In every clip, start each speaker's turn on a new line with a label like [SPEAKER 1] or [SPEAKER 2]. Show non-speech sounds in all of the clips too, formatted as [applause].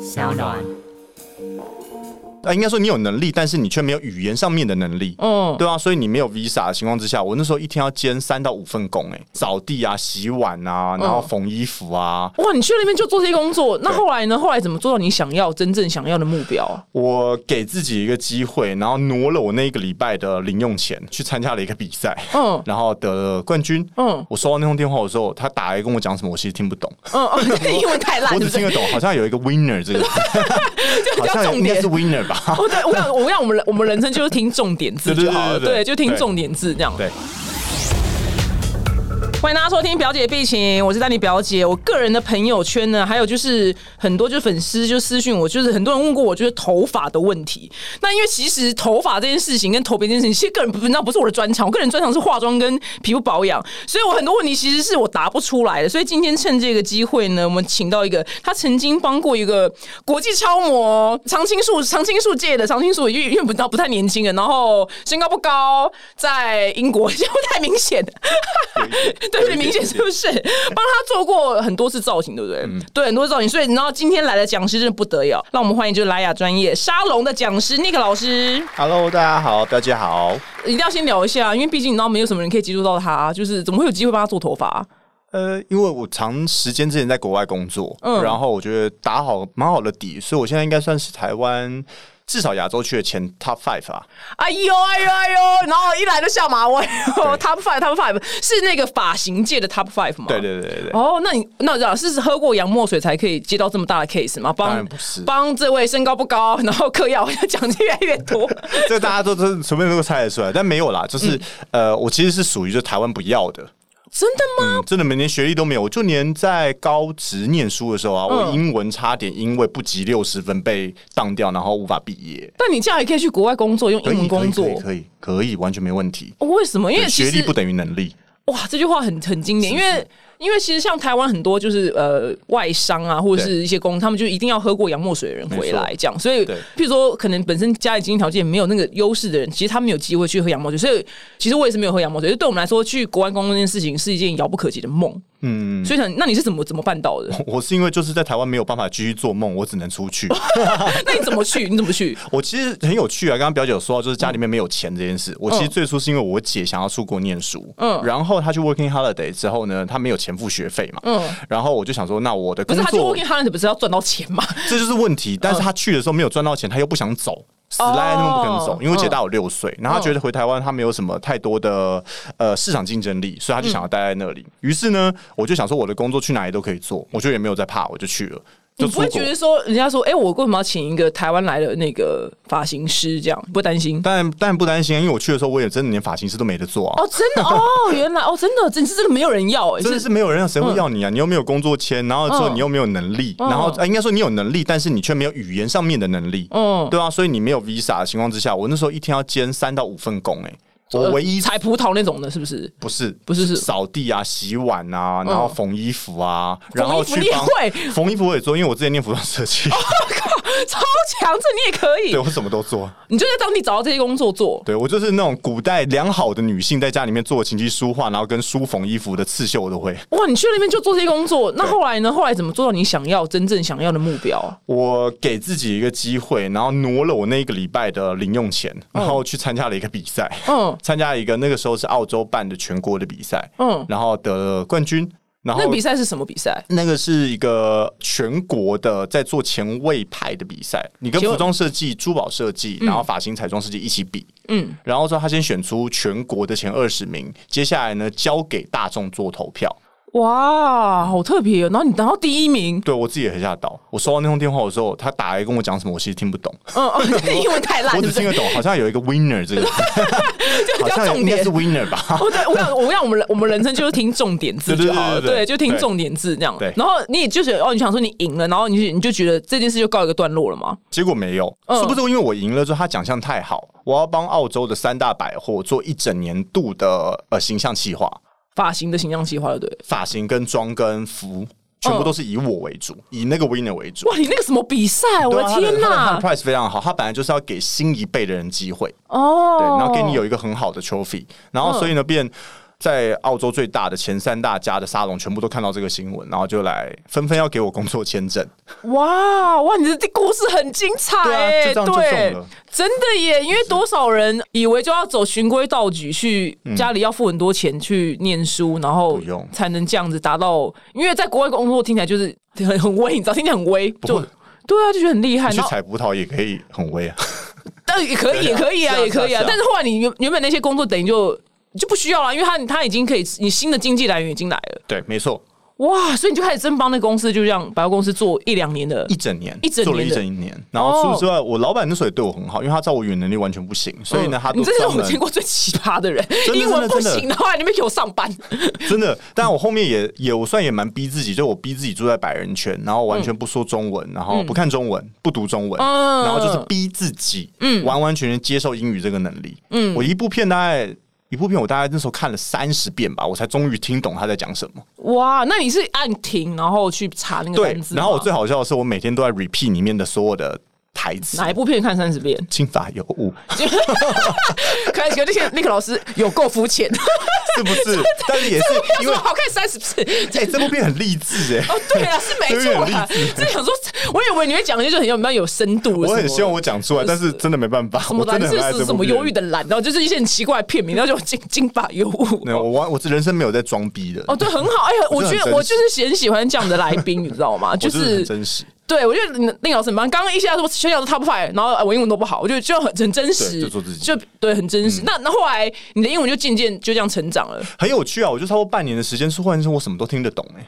[SPEAKER 1] 小暖，
[SPEAKER 2] 啊，应该说你有能力，但是你却没有语言上面的能力。
[SPEAKER 1] 嗯，
[SPEAKER 2] 对啊，所以你没有 visa 的情况之下，我那时候一天要兼三到五份工、欸，哎，扫地啊、洗碗啊，然后
[SPEAKER 1] 嗯
[SPEAKER 2] 缝衣服啊。
[SPEAKER 1] 哇，你去那边就做这些工作，那后来呢？后来怎么做到你想要真正想要的目标啊？
[SPEAKER 2] 我给自己一个机会，然后挪了我那一个礼拜的零用钱去参加了一个比赛，
[SPEAKER 1] 嗯
[SPEAKER 2] 然后得了冠军。
[SPEAKER 1] 嗯
[SPEAKER 2] 我收到那通电话的时候，他打来跟我讲什么，我其实听不懂，
[SPEAKER 1] 嗯，哦英文太 [laughs] 烂，
[SPEAKER 2] 我只
[SPEAKER 1] 是不
[SPEAKER 2] 听
[SPEAKER 1] 是？
[SPEAKER 2] 得懂好像有一个 winner 这个字，
[SPEAKER 1] [laughs] 就
[SPEAKER 2] 好
[SPEAKER 1] 比较
[SPEAKER 2] 像
[SPEAKER 1] 重
[SPEAKER 2] 应该
[SPEAKER 1] 点
[SPEAKER 2] 是。winner 吧。
[SPEAKER 1] 我哦对我想，我想我们人我们人生就是听重点字就好
[SPEAKER 2] 对对
[SPEAKER 1] 了，
[SPEAKER 2] 对对对
[SPEAKER 1] 就听重点字这样。
[SPEAKER 2] 对，
[SPEAKER 1] 欢迎大家收听《表姐必情》，我是丹妮表姐。我个人的朋友圈呢，还有就是很多就是粉丝就私讯我，就是很多人问过我就是头发的问题。那因为其实头发这件事情跟头皮这件事情，其实个人不那不是我的专长，我个人专长是化妆跟皮肤保养，所以我很多问题其实是我答不出来的。所以今天趁这个机会呢，我们请到一个他曾经帮过一个国际超模常青树常青树界的常青树，因为因为不到不太年轻了，然后身高不高，在英国不太明显。 [laughs] 对，很明显是不是？帮他做过很多次造型，对不对？
[SPEAKER 2] 嗯
[SPEAKER 1] 对，很多造型。所以你知道今天来的讲师真的不得了，让我们欢迎就是莱雅专业沙龙的讲师 Nick 老师。
[SPEAKER 2] [laughs] Hello，大家好，表姐好。
[SPEAKER 1] 一定要先聊一下，因为毕竟你知道没有什么人可以接触到他，就是怎么会有机会帮他做头发、
[SPEAKER 2] 呃，因为我长时间之前在国外工作，
[SPEAKER 1] 嗯
[SPEAKER 2] 然后我觉得打好蛮好的底，所以我现在应该算是台湾至少亚洲区的前 top five 啊。
[SPEAKER 1] 哎呦哎呦哎呦！然后一来就下马威哦，Top Five Top Five 是那个发型界的 Top Five 吗？
[SPEAKER 2] 对。对对对对，
[SPEAKER 1] 哦，那你那我知道是喝过洋墨水才可以接到这么大的 case 吗？
[SPEAKER 2] 当
[SPEAKER 1] 帮
[SPEAKER 2] 然不是
[SPEAKER 1] 帮这位身高不高，然后嗑药，讲的越来越
[SPEAKER 2] [laughs]
[SPEAKER 1] 多。
[SPEAKER 2] 这大家都都随便都猜得出来，但没有啦，就是、
[SPEAKER 1] 嗯
[SPEAKER 2] 呃，我其实是属于就台湾不要的，
[SPEAKER 1] 真的吗？
[SPEAKER 2] 嗯，真的没连学历都没有，我就连在高职念书的时候啊，我
[SPEAKER 1] 嗯
[SPEAKER 2] 英文差点因为不及六十分被当掉，然后无法毕业。
[SPEAKER 1] 但你这样也可以去国外工作，用
[SPEAKER 2] 可
[SPEAKER 1] 英
[SPEAKER 2] 以可以
[SPEAKER 1] 文工
[SPEAKER 2] 可
[SPEAKER 1] 作
[SPEAKER 2] 以。可以可以，完全没问题。
[SPEAKER 1] 哦为什么？因为
[SPEAKER 2] 对
[SPEAKER 1] 其
[SPEAKER 2] 学
[SPEAKER 1] 实
[SPEAKER 2] 历不等于能力。
[SPEAKER 1] 哇，这句话很很经典，因为因为其实像台湾很多就是呃外商啊，或者是一些公司，他们就一定要喝过洋墨水的人回来
[SPEAKER 2] 没错
[SPEAKER 1] 这样，所以
[SPEAKER 2] 对
[SPEAKER 1] 譬如说可能本身家里经济条件没有那个优势的人，其实他们有机会去喝洋墨水，所以其实我也是没有喝洋墨水，就对我们来说去国外工作这件事情是一件遥不可及的梦。嗯，所以想那你是怎么怎么
[SPEAKER 2] [laughs]
[SPEAKER 1] 办到的？
[SPEAKER 2] 我是因为就是在台湾没有办法继续做梦，我只能出去。
[SPEAKER 1] 那你怎么去？你怎么去？
[SPEAKER 2] 我其实很有趣啊，刚刚表姐有说到，就是家里面没有钱这件事。我其实最初是因为我姐想要出国念书，
[SPEAKER 1] 嗯
[SPEAKER 2] 嗯，然后她去 working holiday 之后呢，她没有钱付学费嘛，
[SPEAKER 1] 嗯
[SPEAKER 2] 嗯，然后我就想说，那我的 [laughs]
[SPEAKER 1] 不
[SPEAKER 2] 工
[SPEAKER 1] 是他去
[SPEAKER 2] 作
[SPEAKER 1] working 嗯 holiday 不是要赚到钱吗？
[SPEAKER 2] 这就是问
[SPEAKER 1] [laughs]
[SPEAKER 2] 题。但是她去的时候没有赚到钱，她又不想走。死赖在那边不肯走
[SPEAKER 1] 哦，嗯
[SPEAKER 2] 因为我姐大我六岁，然后她觉得回台湾她没有什么太多的呃市场竞争力，所以她就想
[SPEAKER 1] 嗯
[SPEAKER 2] 要待在那里。于是呢，我就想说我的工作去哪里都可以做，我就也没有在怕，我就去了。
[SPEAKER 1] 你
[SPEAKER 2] 就
[SPEAKER 1] 不
[SPEAKER 2] 出国
[SPEAKER 1] 会觉得说，人家说，哎、我为什么要请一个台湾来的那个发型师这样？不会担心？
[SPEAKER 2] 但但不担心，因为我去的时候我也真的连发型师都没得做啊。
[SPEAKER 1] 哦，真
[SPEAKER 2] [laughs]
[SPEAKER 1] 的哦，原来哦，真的，真是真的没有人要、哎，
[SPEAKER 2] 真的
[SPEAKER 1] 是
[SPEAKER 2] 是没有人要，谁会要你啊？你又没有工作签，然后之后
[SPEAKER 1] 嗯
[SPEAKER 2] 你又没有能力，然后、呃应该说你有能力，但是你却没有语言上面的能力，
[SPEAKER 1] 嗯
[SPEAKER 2] 对啊，所以你没有 visa 的情况之下，我那时候一天要兼三到五份工、欸，我唯一
[SPEAKER 1] 采葡萄那种的，是不是？
[SPEAKER 2] 不是
[SPEAKER 1] 呃不是是嗯
[SPEAKER 2] 扫地啊、洗碗啊，然后缝衣服啊，然后
[SPEAKER 1] 缝衣
[SPEAKER 2] 去
[SPEAKER 1] 服
[SPEAKER 2] 帮
[SPEAKER 1] 你也会哦
[SPEAKER 2] 缝衣服我也做，因为我之前念服装设计，
[SPEAKER 1] 超强，这你也可以
[SPEAKER 2] 对，我什么都做。
[SPEAKER 1] 你就在当地找到这些工作做。
[SPEAKER 2] 对我就是那种古代良好的女性，在家里面做琴棋书画，然后跟书缝衣服的刺绣我都会。
[SPEAKER 1] 哇，你去那边就做这些工作，那后来呢？后来怎么做到你想要真正想要的目标啊？
[SPEAKER 2] 我给自己一个机会，然后挪了我那一个礼拜的零用钱，然后去参加了一个比赛，
[SPEAKER 1] 嗯
[SPEAKER 2] 参加一个那个时候是澳洲办的全国的比赛，
[SPEAKER 1] 嗯
[SPEAKER 2] 然后得了冠军，然
[SPEAKER 1] 那
[SPEAKER 2] 后
[SPEAKER 1] 比赛是什么比赛？
[SPEAKER 2] 那个是一个全国的在做前卫派的比赛，你跟
[SPEAKER 1] 前卫
[SPEAKER 2] 服装设计、珠宝设计，然后发型、彩妆设计一起比。
[SPEAKER 1] 嗯，
[SPEAKER 2] 然后之后他先选出全国的前二十名，接下来呢交给大众做投票。
[SPEAKER 1] 哇，好特别、哦！然后你拿到第一名，
[SPEAKER 2] 对我自己也很吓到，我收到那通电话的时候，他打来跟我讲什么，我其实听不懂。
[SPEAKER 1] 嗯，嗯英文太
[SPEAKER 2] [laughs]
[SPEAKER 1] 烂，
[SPEAKER 2] 我只
[SPEAKER 1] 是不是
[SPEAKER 2] 听？得懂，好像有一个 winner 这个，
[SPEAKER 1] [laughs] 就
[SPEAKER 2] 好
[SPEAKER 1] 比较
[SPEAKER 2] 像
[SPEAKER 1] 重
[SPEAKER 2] 应该
[SPEAKER 1] 点
[SPEAKER 2] 是。winner 吧。 [laughs]
[SPEAKER 1] 哦，对，我想，我想，我们人我们人生就是听重点字就好
[SPEAKER 2] 对对
[SPEAKER 1] 了，
[SPEAKER 2] 对对对
[SPEAKER 1] 就听重点字这样
[SPEAKER 2] 对。
[SPEAKER 1] 然后你也就是哦，你想说你赢了，然后你就你就觉得这件事就告一个段落了嘛？
[SPEAKER 2] 结果没有，
[SPEAKER 1] 嗯
[SPEAKER 2] 是不是因为我赢了之后，他奖项太好，我要帮澳洲的三大百货做一整年度的呃形象企划，
[SPEAKER 1] 发型的形象计划，对。
[SPEAKER 2] 发型跟妆跟服，全部都是以我为主，以那个 winner 为主。
[SPEAKER 1] 嗯哇，你那个什么比赛，我
[SPEAKER 2] 对
[SPEAKER 1] 的
[SPEAKER 2] 啊
[SPEAKER 1] 天
[SPEAKER 2] 他的他的
[SPEAKER 1] 哪！
[SPEAKER 2] 他的 price 非常好，他本来就是要给新一辈的人机会，
[SPEAKER 1] 哦，
[SPEAKER 2] 对，然后给你有一个很好的 trophy，然后所以呢变。在澳洲最大的前三大家的沙龙全部都看到这个新闻，然后就来纷纷要给我工作签证。
[SPEAKER 1] 哇哇，你的故事很精彩
[SPEAKER 2] 对啊
[SPEAKER 1] 哎、
[SPEAKER 2] 就这样就中了
[SPEAKER 1] 真的耶！因为多少人以为就要走循规蹈矩去，家里要付很多钱去念书，然后
[SPEAKER 2] 不用
[SPEAKER 1] 才能这样子达到。因为在国外工作听起来就是很很威，你知道，听起来很威，就
[SPEAKER 2] 会
[SPEAKER 1] 对啊，就觉得很厉害。
[SPEAKER 2] 去
[SPEAKER 1] 然后
[SPEAKER 2] 采葡萄也可以很威
[SPEAKER 1] [laughs]
[SPEAKER 2] 啊，
[SPEAKER 1] 但也可以，也可以啊，
[SPEAKER 2] 是啊
[SPEAKER 1] 也可以
[SPEAKER 2] 是啊是啊。
[SPEAKER 1] 啊但是后来你原原本那些工作等于就就不需要了，因为他他已经可以，你新的经济来源已经来了，
[SPEAKER 2] 对，没错，
[SPEAKER 1] 哇！所以你就开始真帮那公司就这样百货公司做一两年的
[SPEAKER 2] 一整年，
[SPEAKER 1] 一整年的哦
[SPEAKER 2] 做了一整年。然后除此之外，我老板那时候也对我很好，因为他知道我语言能力完全不行，所以呢，他都
[SPEAKER 1] 嗯你真是
[SPEAKER 2] 专
[SPEAKER 1] 我
[SPEAKER 2] 门
[SPEAKER 1] 见过最奇葩的人，
[SPEAKER 2] [laughs] 真的
[SPEAKER 1] 英文不
[SPEAKER 2] 真的
[SPEAKER 1] 行，
[SPEAKER 2] 真
[SPEAKER 1] 然后还在那边给我上班，
[SPEAKER 2] 真的，但我后面也也我算也蛮逼自己，就我逼自己住在百人圈，然后完全不说中文，然后不看中文，不读中文，
[SPEAKER 1] 嗯
[SPEAKER 2] 然后就是逼自己，完完全全接受英语这个能力。
[SPEAKER 1] 嗯
[SPEAKER 2] 我一部片大概一部片，我大概那时候看了三十遍吧，我才终于听懂他在讲什么。
[SPEAKER 1] 哇！那你是按停然后去查那个
[SPEAKER 2] 对
[SPEAKER 1] 单，字吗，
[SPEAKER 2] 然后我最好笑的是，我每天都在 repeat 里面的所有的台词
[SPEAKER 1] 哪。一部片看三十遍？
[SPEAKER 2] 金发尤物
[SPEAKER 1] [laughs]
[SPEAKER 2] [laughs]
[SPEAKER 1] 可以，可那个那个老师有够肤浅，
[SPEAKER 2] 是不
[SPEAKER 1] [laughs]
[SPEAKER 2] 是？但是也是 [laughs]
[SPEAKER 1] 有
[SPEAKER 2] 因
[SPEAKER 1] 什
[SPEAKER 2] 为
[SPEAKER 1] 么好看三十次？
[SPEAKER 2] 哎，这部片很励志哎，
[SPEAKER 1] 哦，对啊，是没错啦。
[SPEAKER 2] [laughs] 有点
[SPEAKER 1] 真想说，我以为你会讲一些就很有蛮有深度的什
[SPEAKER 2] 我
[SPEAKER 1] 么。
[SPEAKER 2] 很希望我讲出来，但是真的没办法，
[SPEAKER 1] 什么
[SPEAKER 2] 我真
[SPEAKER 1] 蓝
[SPEAKER 2] 的很爱
[SPEAKER 1] 是
[SPEAKER 2] 这
[SPEAKER 1] 什
[SPEAKER 2] 部
[SPEAKER 1] 么
[SPEAKER 2] 片
[SPEAKER 1] 忧郁。的蓝，然后就是一些很奇怪的片名，然后就金金发尤物。
[SPEAKER 2] 那我完，我这人生没有在装逼的。
[SPEAKER 1] 哦，对，很好。哎呀，我
[SPEAKER 2] 我真的
[SPEAKER 1] 觉
[SPEAKER 2] 很
[SPEAKER 1] 得
[SPEAKER 2] 珍
[SPEAKER 1] 我就是很喜欢这样的来宾，你知道吗？就
[SPEAKER 2] 我真的
[SPEAKER 1] 是
[SPEAKER 2] 很真实，
[SPEAKER 1] 对，我觉得那个老师很棒。刚刚一下说学校的 top five，然后呃我英文都不好，我觉得就很很真实，
[SPEAKER 2] 对就做自己嗯
[SPEAKER 1] 就对，很真实。那那后来你的英文就渐渐就这样成长了，
[SPEAKER 2] 很有趣啊！我就差不多半年的时间，是换成我什么都听得懂哎、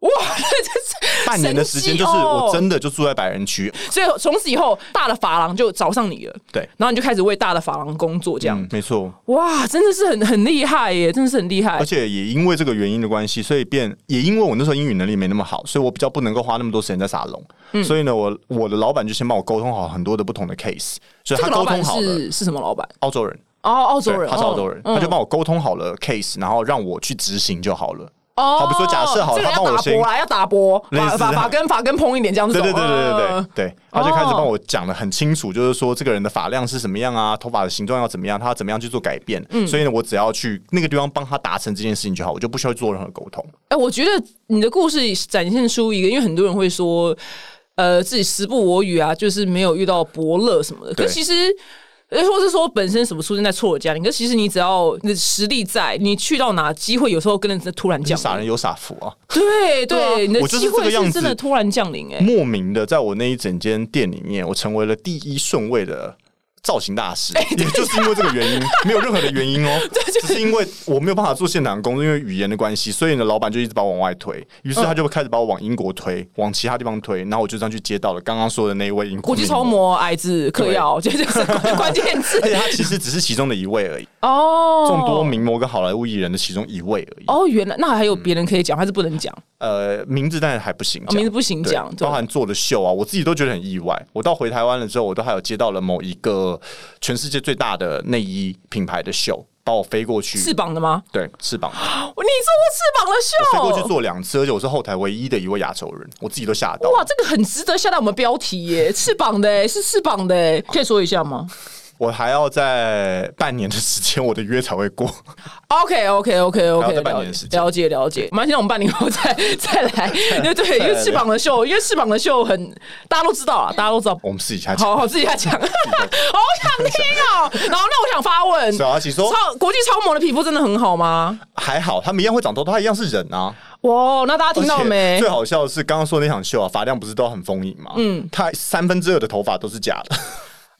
[SPEAKER 1] 哇， [laughs] 这是
[SPEAKER 2] 半年的时间就是
[SPEAKER 1] 神奇哦
[SPEAKER 2] 我真的就住在百人区，
[SPEAKER 1] 所以从此以后，大的发廊就找上你了，
[SPEAKER 2] 对，
[SPEAKER 1] 然后你就开始为大的发廊工作，这样、
[SPEAKER 2] 嗯，没错。
[SPEAKER 1] 哇，真的是很很厉害耶，真的是很厉害
[SPEAKER 2] 而。且也因为这个原因的关系，所以变也因为我那时候英语能力没那么好，所以我比较不能够花那么多时间在沙龙。
[SPEAKER 1] 嗯
[SPEAKER 2] 所以呢，我我的老板就先帮我沟通好很多的不同的 case，所以
[SPEAKER 1] 这
[SPEAKER 2] 他
[SPEAKER 1] 个
[SPEAKER 2] 沟
[SPEAKER 1] 老板
[SPEAKER 2] 通好了。
[SPEAKER 1] 是是什么老板？
[SPEAKER 2] 澳洲人，
[SPEAKER 1] 哦，澳洲
[SPEAKER 2] 对，
[SPEAKER 1] 人，
[SPEAKER 2] 他是澳洲人，
[SPEAKER 1] 哦
[SPEAKER 2] 他就帮我沟通好了 case，然后让我去执行就好了。
[SPEAKER 1] 哦，
[SPEAKER 2] 好比说假设好了
[SPEAKER 1] 这个
[SPEAKER 2] 他帮
[SPEAKER 1] 要
[SPEAKER 2] 我
[SPEAKER 1] 打
[SPEAKER 2] 先
[SPEAKER 1] 波啦，要打波，
[SPEAKER 2] 类
[SPEAKER 1] 把
[SPEAKER 2] 似
[SPEAKER 1] 把
[SPEAKER 2] 这样
[SPEAKER 1] 把跟把跟碰一点这样子
[SPEAKER 2] 对
[SPEAKER 1] 走，
[SPEAKER 2] 对对对对对
[SPEAKER 1] 嗯
[SPEAKER 2] 对，他就开始
[SPEAKER 1] 哦
[SPEAKER 2] 帮我讲的很清楚，就是说这个人的发量是什么样啊，头发的形状要怎么样，他要怎么样去做改变。所以呢，我只要去那个地方帮他达成这件事情就好，我就不需要做任何沟通。
[SPEAKER 1] 哎、我觉得你的故事展现出一个，因为很多人会说，呃，自己时不我与啊，就是没有遇到伯乐什么的。可
[SPEAKER 2] 对
[SPEAKER 1] 其实，呃，或是说本身什么出生在错的家庭，可其实你只要你的实力在，你去到哪，机会有时候跟人突然
[SPEAKER 2] 你
[SPEAKER 1] 降
[SPEAKER 2] 傻
[SPEAKER 1] 临。
[SPEAKER 2] 人有傻福啊！
[SPEAKER 1] 对对，
[SPEAKER 2] 啊
[SPEAKER 1] 你的
[SPEAKER 2] 我就是
[SPEAKER 1] 机
[SPEAKER 2] 这
[SPEAKER 1] 会
[SPEAKER 2] 个样
[SPEAKER 1] 是真的
[SPEAKER 2] 子嗯
[SPEAKER 1] 突然降临、哎，
[SPEAKER 2] 莫名的，在我那一整间店里面，我成为了第一顺位的。造型大师，
[SPEAKER 1] 哎
[SPEAKER 2] 也就是因为这个原因，没有任何的原因
[SPEAKER 1] [laughs]
[SPEAKER 2] 哦，只是因为我没有办法做现场工作，因为语言的关系，所以呢，老板就一直把我往外推，于
[SPEAKER 1] 嗯
[SPEAKER 2] 是他就开始把我往英国推，往其他地方推，然后我就这样去接到了刚刚说的那一位英国
[SPEAKER 1] 国际
[SPEAKER 2] 名
[SPEAKER 1] 超
[SPEAKER 2] 模
[SPEAKER 1] 模、矮子、嗑
[SPEAKER 2] 对
[SPEAKER 1] 药，这就是关关键字
[SPEAKER 2] [laughs] 而且他其实只是其中的一位而已，
[SPEAKER 1] 哦。
[SPEAKER 2] 众多名模跟好莱坞艺人的其中一位而已。
[SPEAKER 1] 哦，原来那还有别人可以讲，还是不能讲？
[SPEAKER 2] 呃，名字当然还不行讲，
[SPEAKER 1] 哦名字不行
[SPEAKER 2] 对
[SPEAKER 1] 讲对
[SPEAKER 2] 包含做的秀啊，我自己都觉得很意外。我到回台湾了之后，我都还有接到了某一个全世界最大的内衣品牌的秀，把我飞过去，
[SPEAKER 1] 翅膀的吗？哦
[SPEAKER 2] 对翅膀，
[SPEAKER 1] 你做过翅膀的秀？
[SPEAKER 2] 飞过去做两次，而且我是后台唯一的一位亚洲人，我自己都吓到。
[SPEAKER 1] 哇，这个很值得下到我们标题耶，翅膀的耶是翅膀的耶，可以说一下吗
[SPEAKER 2] 我还要在半年的时间，我的约才会过。 [laughs]
[SPEAKER 1] ？OK OK OK
[SPEAKER 2] 还
[SPEAKER 1] OK，
[SPEAKER 2] 要再半年的时间
[SPEAKER 1] 了解了解，我们先让我们半年后再再来，对对，因为翅膀的秀，因为翅膀的秀很大家都知道啊，大家都知道。
[SPEAKER 2] 我们私底下讲
[SPEAKER 1] 好，好自己来讲，好 [laughs] 想听哦。然后那我想发问，
[SPEAKER 2] 是啊请说
[SPEAKER 1] 超国际超模的皮肤真的很好吗？
[SPEAKER 2] 还好，他们一样会长痘痘，他一样是人啊。
[SPEAKER 1] 哇，那大家听到
[SPEAKER 2] 而且
[SPEAKER 1] 没
[SPEAKER 2] 最？好笑的是，刚刚说那场秀啊，发量不是都很丰盈吗？嗯，他三分之二的头发都是假的，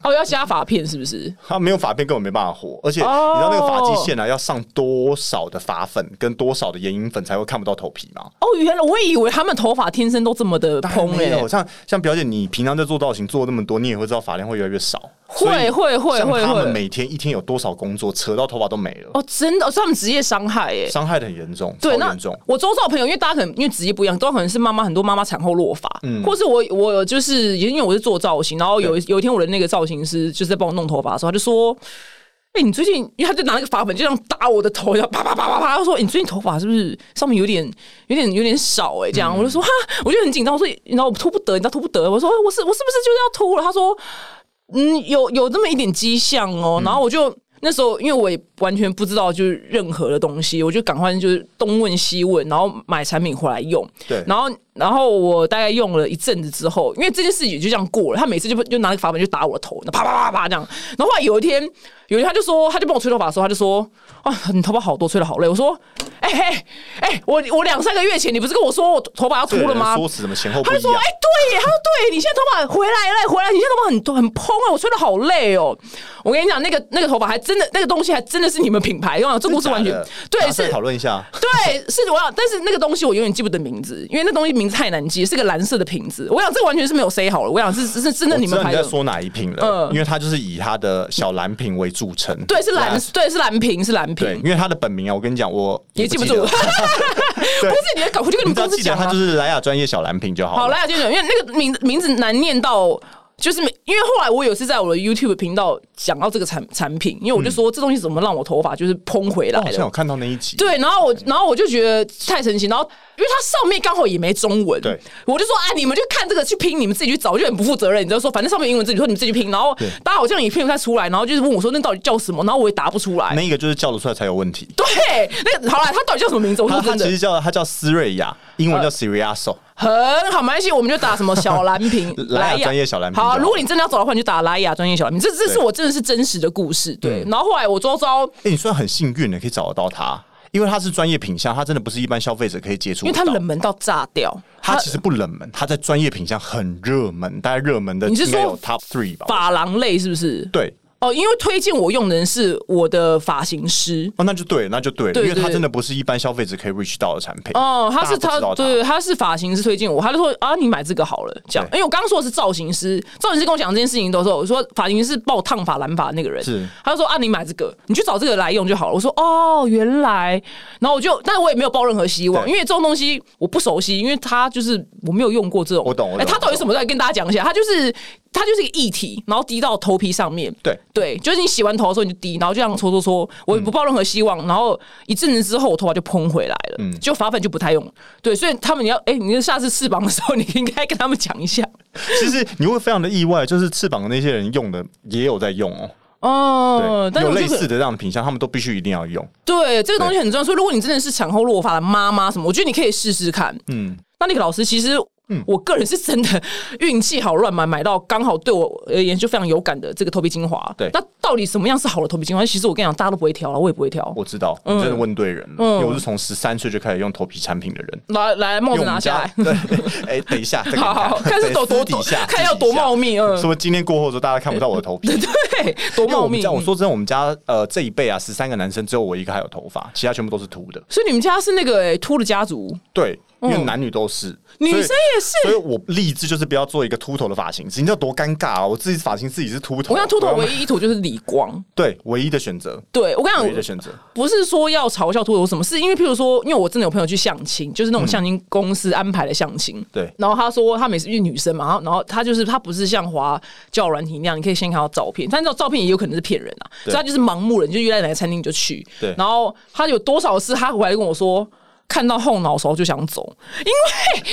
[SPEAKER 1] 哦，要加发片是不是？
[SPEAKER 2] 他没有发片根本没办法活。而且你知
[SPEAKER 1] 哦
[SPEAKER 2] 道那个发际线啊，要上多少的发粉跟多少的眼影粉才会看不到头皮吗？
[SPEAKER 1] 哦，原来我以为他们头发天生都这么的蓬
[SPEAKER 2] 没
[SPEAKER 1] 哎、
[SPEAKER 2] 有，像像表姐，你平常在做造型做那么多，你也会知道发量会越来越少。所以
[SPEAKER 1] 会会会
[SPEAKER 2] 像
[SPEAKER 1] 会
[SPEAKER 2] 他们
[SPEAKER 1] 会。
[SPEAKER 2] 每天一天有多少工作，扯到头发都没了，
[SPEAKER 1] 哦，真的，哦是他们职业伤害耶、
[SPEAKER 2] 伤害的很严重，超
[SPEAKER 1] 对，那
[SPEAKER 2] 严重。
[SPEAKER 1] 我周遭的朋友，因为大家可能因为职业不一样，都可能是妈妈很多妈妈产后落发，
[SPEAKER 2] 嗯
[SPEAKER 1] 或是我我有就是因为我是做造型，然后有一有一天我的那个造型师就是在帮我弄头发的时候，他就说。哎、你最近，因为他就拿那个发粉，就这样打我的头，然后啪啪啪啪啪，他说、欸你最近头发是不是上面有点、有点、有点少、欸？哎，
[SPEAKER 2] 嗯
[SPEAKER 1] 这样，我就说哈，我就很紧张，我说，然后我秃不得，你知道秃不得，我说我是我是不是就是要秃了？他说，嗯，有有那么一点迹象哦。然后我就，那时候因为我也完全不知道就是任何的东西，我就赶快就是东问西问，然后买产品回来用。
[SPEAKER 2] 对
[SPEAKER 1] 然后然后我大概用了一阵子之后，因为这件事也就这样过了，他每次就就拿那个法板就打我的头，那啪啪啪啪这样。然后后来有一天，有一天他就说，他就帮我吹头发的时候，他就说：“啊，你头发好多，吹的好累。”我说：“哎、哎哎、我我两三个月前你不是跟我说我头发要
[SPEAKER 2] 这
[SPEAKER 1] 秃
[SPEAKER 2] 个
[SPEAKER 1] 了
[SPEAKER 2] 人
[SPEAKER 1] 吗？”
[SPEAKER 2] 说辞怎么前后不
[SPEAKER 1] 他就
[SPEAKER 2] 一
[SPEAKER 1] 说：“
[SPEAKER 2] 样
[SPEAKER 1] 哎、？对耶，他说对，你现在头发回来了，回来，你现在头发很多很蓬啊，我吹的好累哦。我跟你讲，那个那个头发还真的，那个东西还真的是你们品牌用的，这故事完全
[SPEAKER 2] 真的假的
[SPEAKER 1] 对
[SPEAKER 2] 大家
[SPEAKER 1] 是
[SPEAKER 2] 再。”讨论一下。
[SPEAKER 1] 对，是我要，但是那个东西我永远记不得名字，因为那东西名字太难记，是个蓝色的瓶子。我想这完全是没有 say 好了，我想是是是真的
[SPEAKER 2] 我
[SPEAKER 1] 你
[SPEAKER 2] 知
[SPEAKER 1] 们
[SPEAKER 2] 道
[SPEAKER 1] 牌
[SPEAKER 2] 你
[SPEAKER 1] 的
[SPEAKER 2] 在。说哪一瓶了，
[SPEAKER 1] 嗯
[SPEAKER 2] 因为他就是以他的小蓝瓶为著称。
[SPEAKER 1] 对，是蓝，对，是蓝瓶，是蓝
[SPEAKER 2] 对，
[SPEAKER 1] 瓶
[SPEAKER 2] 因，为他的本名啊，我跟你讲，我
[SPEAKER 1] 也记不住。
[SPEAKER 2] 我
[SPEAKER 1] 不 [laughs]
[SPEAKER 2] 得对
[SPEAKER 1] 是你的搞，我就跟
[SPEAKER 2] 你
[SPEAKER 1] 你们
[SPEAKER 2] 只要
[SPEAKER 1] 公司
[SPEAKER 2] 记得
[SPEAKER 1] 讲
[SPEAKER 2] 他
[SPEAKER 1] 啊
[SPEAKER 2] 就。是莱雅专业小蓝瓶就
[SPEAKER 1] 好
[SPEAKER 2] 好了。
[SPEAKER 1] 啦，就讲，因为那个名名字难念到，就是每因为后来我有一次在我的 YouTube 频道讲到这个产产品，因为我就说、这东西怎么让我头发就是蓬回来
[SPEAKER 2] 我好像
[SPEAKER 1] 了
[SPEAKER 2] 有。看到那一集，
[SPEAKER 1] 对，然后我，然后我就觉得太神奇，然后因为它上面刚好也没中文，
[SPEAKER 2] 对，
[SPEAKER 1] 我就说啊，你们就看这个去拼，你们自己去找，就很不负责任，你知道说，反正上面有英文字，你说你们自己去拼，然后大家好像也拼不太出来，然后就是问我说那到底叫什么，然后我也答不出来，
[SPEAKER 2] 那个就是叫得出来才有问题。
[SPEAKER 1] 对，那个好啦，它到底叫什么名字？我
[SPEAKER 2] 他
[SPEAKER 1] 说
[SPEAKER 2] 他
[SPEAKER 1] 真
[SPEAKER 2] 其
[SPEAKER 1] 的呃
[SPEAKER 2] 实叫他叫斯瑞亚，英文叫 Siriaso。，
[SPEAKER 1] 很好，没关系，我们就打什么小蓝瓶
[SPEAKER 2] [laughs] 莱雅啊专业小蓝瓶
[SPEAKER 1] 好，
[SPEAKER 2] 就好
[SPEAKER 1] 啊如果你真的要找的话，你就打莱雅专业小蓝瓶，这这是
[SPEAKER 2] 对
[SPEAKER 1] 我真的是真实的故事。对，然后后来我周遭，
[SPEAKER 2] 哎，你算很幸运的，可以找得到他，因为他是专业品相，他真的不是一般消费者可以接触
[SPEAKER 1] 因为
[SPEAKER 2] 得到。
[SPEAKER 1] 它冷门到炸掉，
[SPEAKER 2] 他其实不冷门，他在专业品相很热门，大概热门的
[SPEAKER 1] 你是
[SPEAKER 2] 应该
[SPEAKER 1] 说
[SPEAKER 2] 有 top three 吧？
[SPEAKER 1] 发廊类是不是？
[SPEAKER 2] 对，
[SPEAKER 1] 哦，因为推荐我用的人是我的发型师。
[SPEAKER 2] 哦，那就对，那就对了，
[SPEAKER 1] 对
[SPEAKER 2] 因为它
[SPEAKER 1] 对
[SPEAKER 2] 真的不是一般消费者可以 reach 到的产品。
[SPEAKER 1] 哦，他是
[SPEAKER 2] 大家不知
[SPEAKER 1] 他
[SPEAKER 2] 道，它
[SPEAKER 1] 对，他是发型师推荐我，他就说啊，你买这个好了，这样。因
[SPEAKER 2] 对
[SPEAKER 1] 为我刚刚说的是造型师，造型师跟我讲这件事情的时候，我说发型师帮我烫发、染发那个人，
[SPEAKER 2] 是
[SPEAKER 1] 他就说啊，你买这个，你去找这个来用就好了。我说哦，原来，然后我就，但我也没有抱任何希望，
[SPEAKER 2] 对
[SPEAKER 1] 因为这种东西我不熟悉，因为他就是我没有用过这种。
[SPEAKER 2] 我懂我懂
[SPEAKER 1] 哎，他到底什么？再跟大家讲一下，他就是它就是一个液体，然后滴到头皮上面。
[SPEAKER 2] 对
[SPEAKER 1] 对，就是你洗完头的时候你就滴，然后就这样搓搓搓，我也不抱任何希望，然后一阵子之后我头发就蓬回来了，
[SPEAKER 2] 嗯
[SPEAKER 1] 就发粉就不太用了。对，所以他们你要哎、你下次翅膀的时候，你应该跟他们讲一下。
[SPEAKER 2] 其实你会非常的意外，就是翅膀的那些人用的也有在用哦，
[SPEAKER 1] 哦，
[SPEAKER 2] 对，
[SPEAKER 1] 但是
[SPEAKER 2] 有
[SPEAKER 1] 我
[SPEAKER 2] 类
[SPEAKER 1] 就
[SPEAKER 2] 似的这样的品相，他们都必须一定要用。
[SPEAKER 1] 对这个东西很重要，所以如果你真的是产后落发的妈妈什么，我觉得你可以试试看。
[SPEAKER 2] 嗯，
[SPEAKER 1] 那那个老师其实。我个人是真的运气好，乱买买到刚好对我而言就非常有感的这个头皮精华。
[SPEAKER 2] 对
[SPEAKER 1] 那到底什么样是好的头皮精华？其实我跟你讲，大家都不会挑了，我也不会挑。
[SPEAKER 2] 我知道，你
[SPEAKER 1] 嗯
[SPEAKER 2] 真的问对人了，因为我是从十三岁就开始用头皮产品的人。
[SPEAKER 1] 来来，帽
[SPEAKER 2] 因为
[SPEAKER 1] 子
[SPEAKER 2] 我
[SPEAKER 1] 拿
[SPEAKER 2] 们
[SPEAKER 1] 下
[SPEAKER 2] 家
[SPEAKER 1] 来。
[SPEAKER 2] 对，哎，等一
[SPEAKER 1] [laughs]
[SPEAKER 2] 下，再给你
[SPEAKER 1] 好好看是
[SPEAKER 2] 对
[SPEAKER 1] 多多
[SPEAKER 2] 私底下，
[SPEAKER 1] [laughs] 看要多茂密嗯
[SPEAKER 2] 是不是今天过后之后大家看不到我的头皮？
[SPEAKER 1] [laughs] 对，
[SPEAKER 2] 因
[SPEAKER 1] 多
[SPEAKER 2] 为
[SPEAKER 1] 茂
[SPEAKER 2] 我们
[SPEAKER 1] 密。
[SPEAKER 2] 家，我说真的，我们家呃这一辈啊，十三个男生只有我一个还有头发，其他全部都是秃的。
[SPEAKER 1] 所以你们家是那个诶欸秃的家族，
[SPEAKER 2] 对，因为男女都是，
[SPEAKER 1] 嗯女
[SPEAKER 2] 所以
[SPEAKER 1] 生也是。
[SPEAKER 2] 所以我立志就是不要做一个秃头的发型师，你知道多尴尬啊！我自己发型自己是秃头，
[SPEAKER 1] 我跟你讲秃头
[SPEAKER 2] 我
[SPEAKER 1] 唯
[SPEAKER 2] 要
[SPEAKER 1] 一一图就是理光。
[SPEAKER 2] 对唯一的选择，
[SPEAKER 1] 对我跟
[SPEAKER 2] 唯一
[SPEAKER 1] 你讲
[SPEAKER 2] 的，选择。
[SPEAKER 1] 不是说要嘲笑秃头什么，是因为譬如说，因为我真的有朋友去相亲，就是那种相亲公司安排的相亲。
[SPEAKER 2] 嗯对
[SPEAKER 1] 然后他说，他每次因为女生嘛，然后然后他就是他不是像华教软体那样，你可以先看到照片，但那照片也有可能是骗人啊，所以他就是盲目人，你就约在哪个餐厅你就去。
[SPEAKER 2] 对
[SPEAKER 1] 然后他有多少次他回来跟我说，看到后脑勺就想走，因为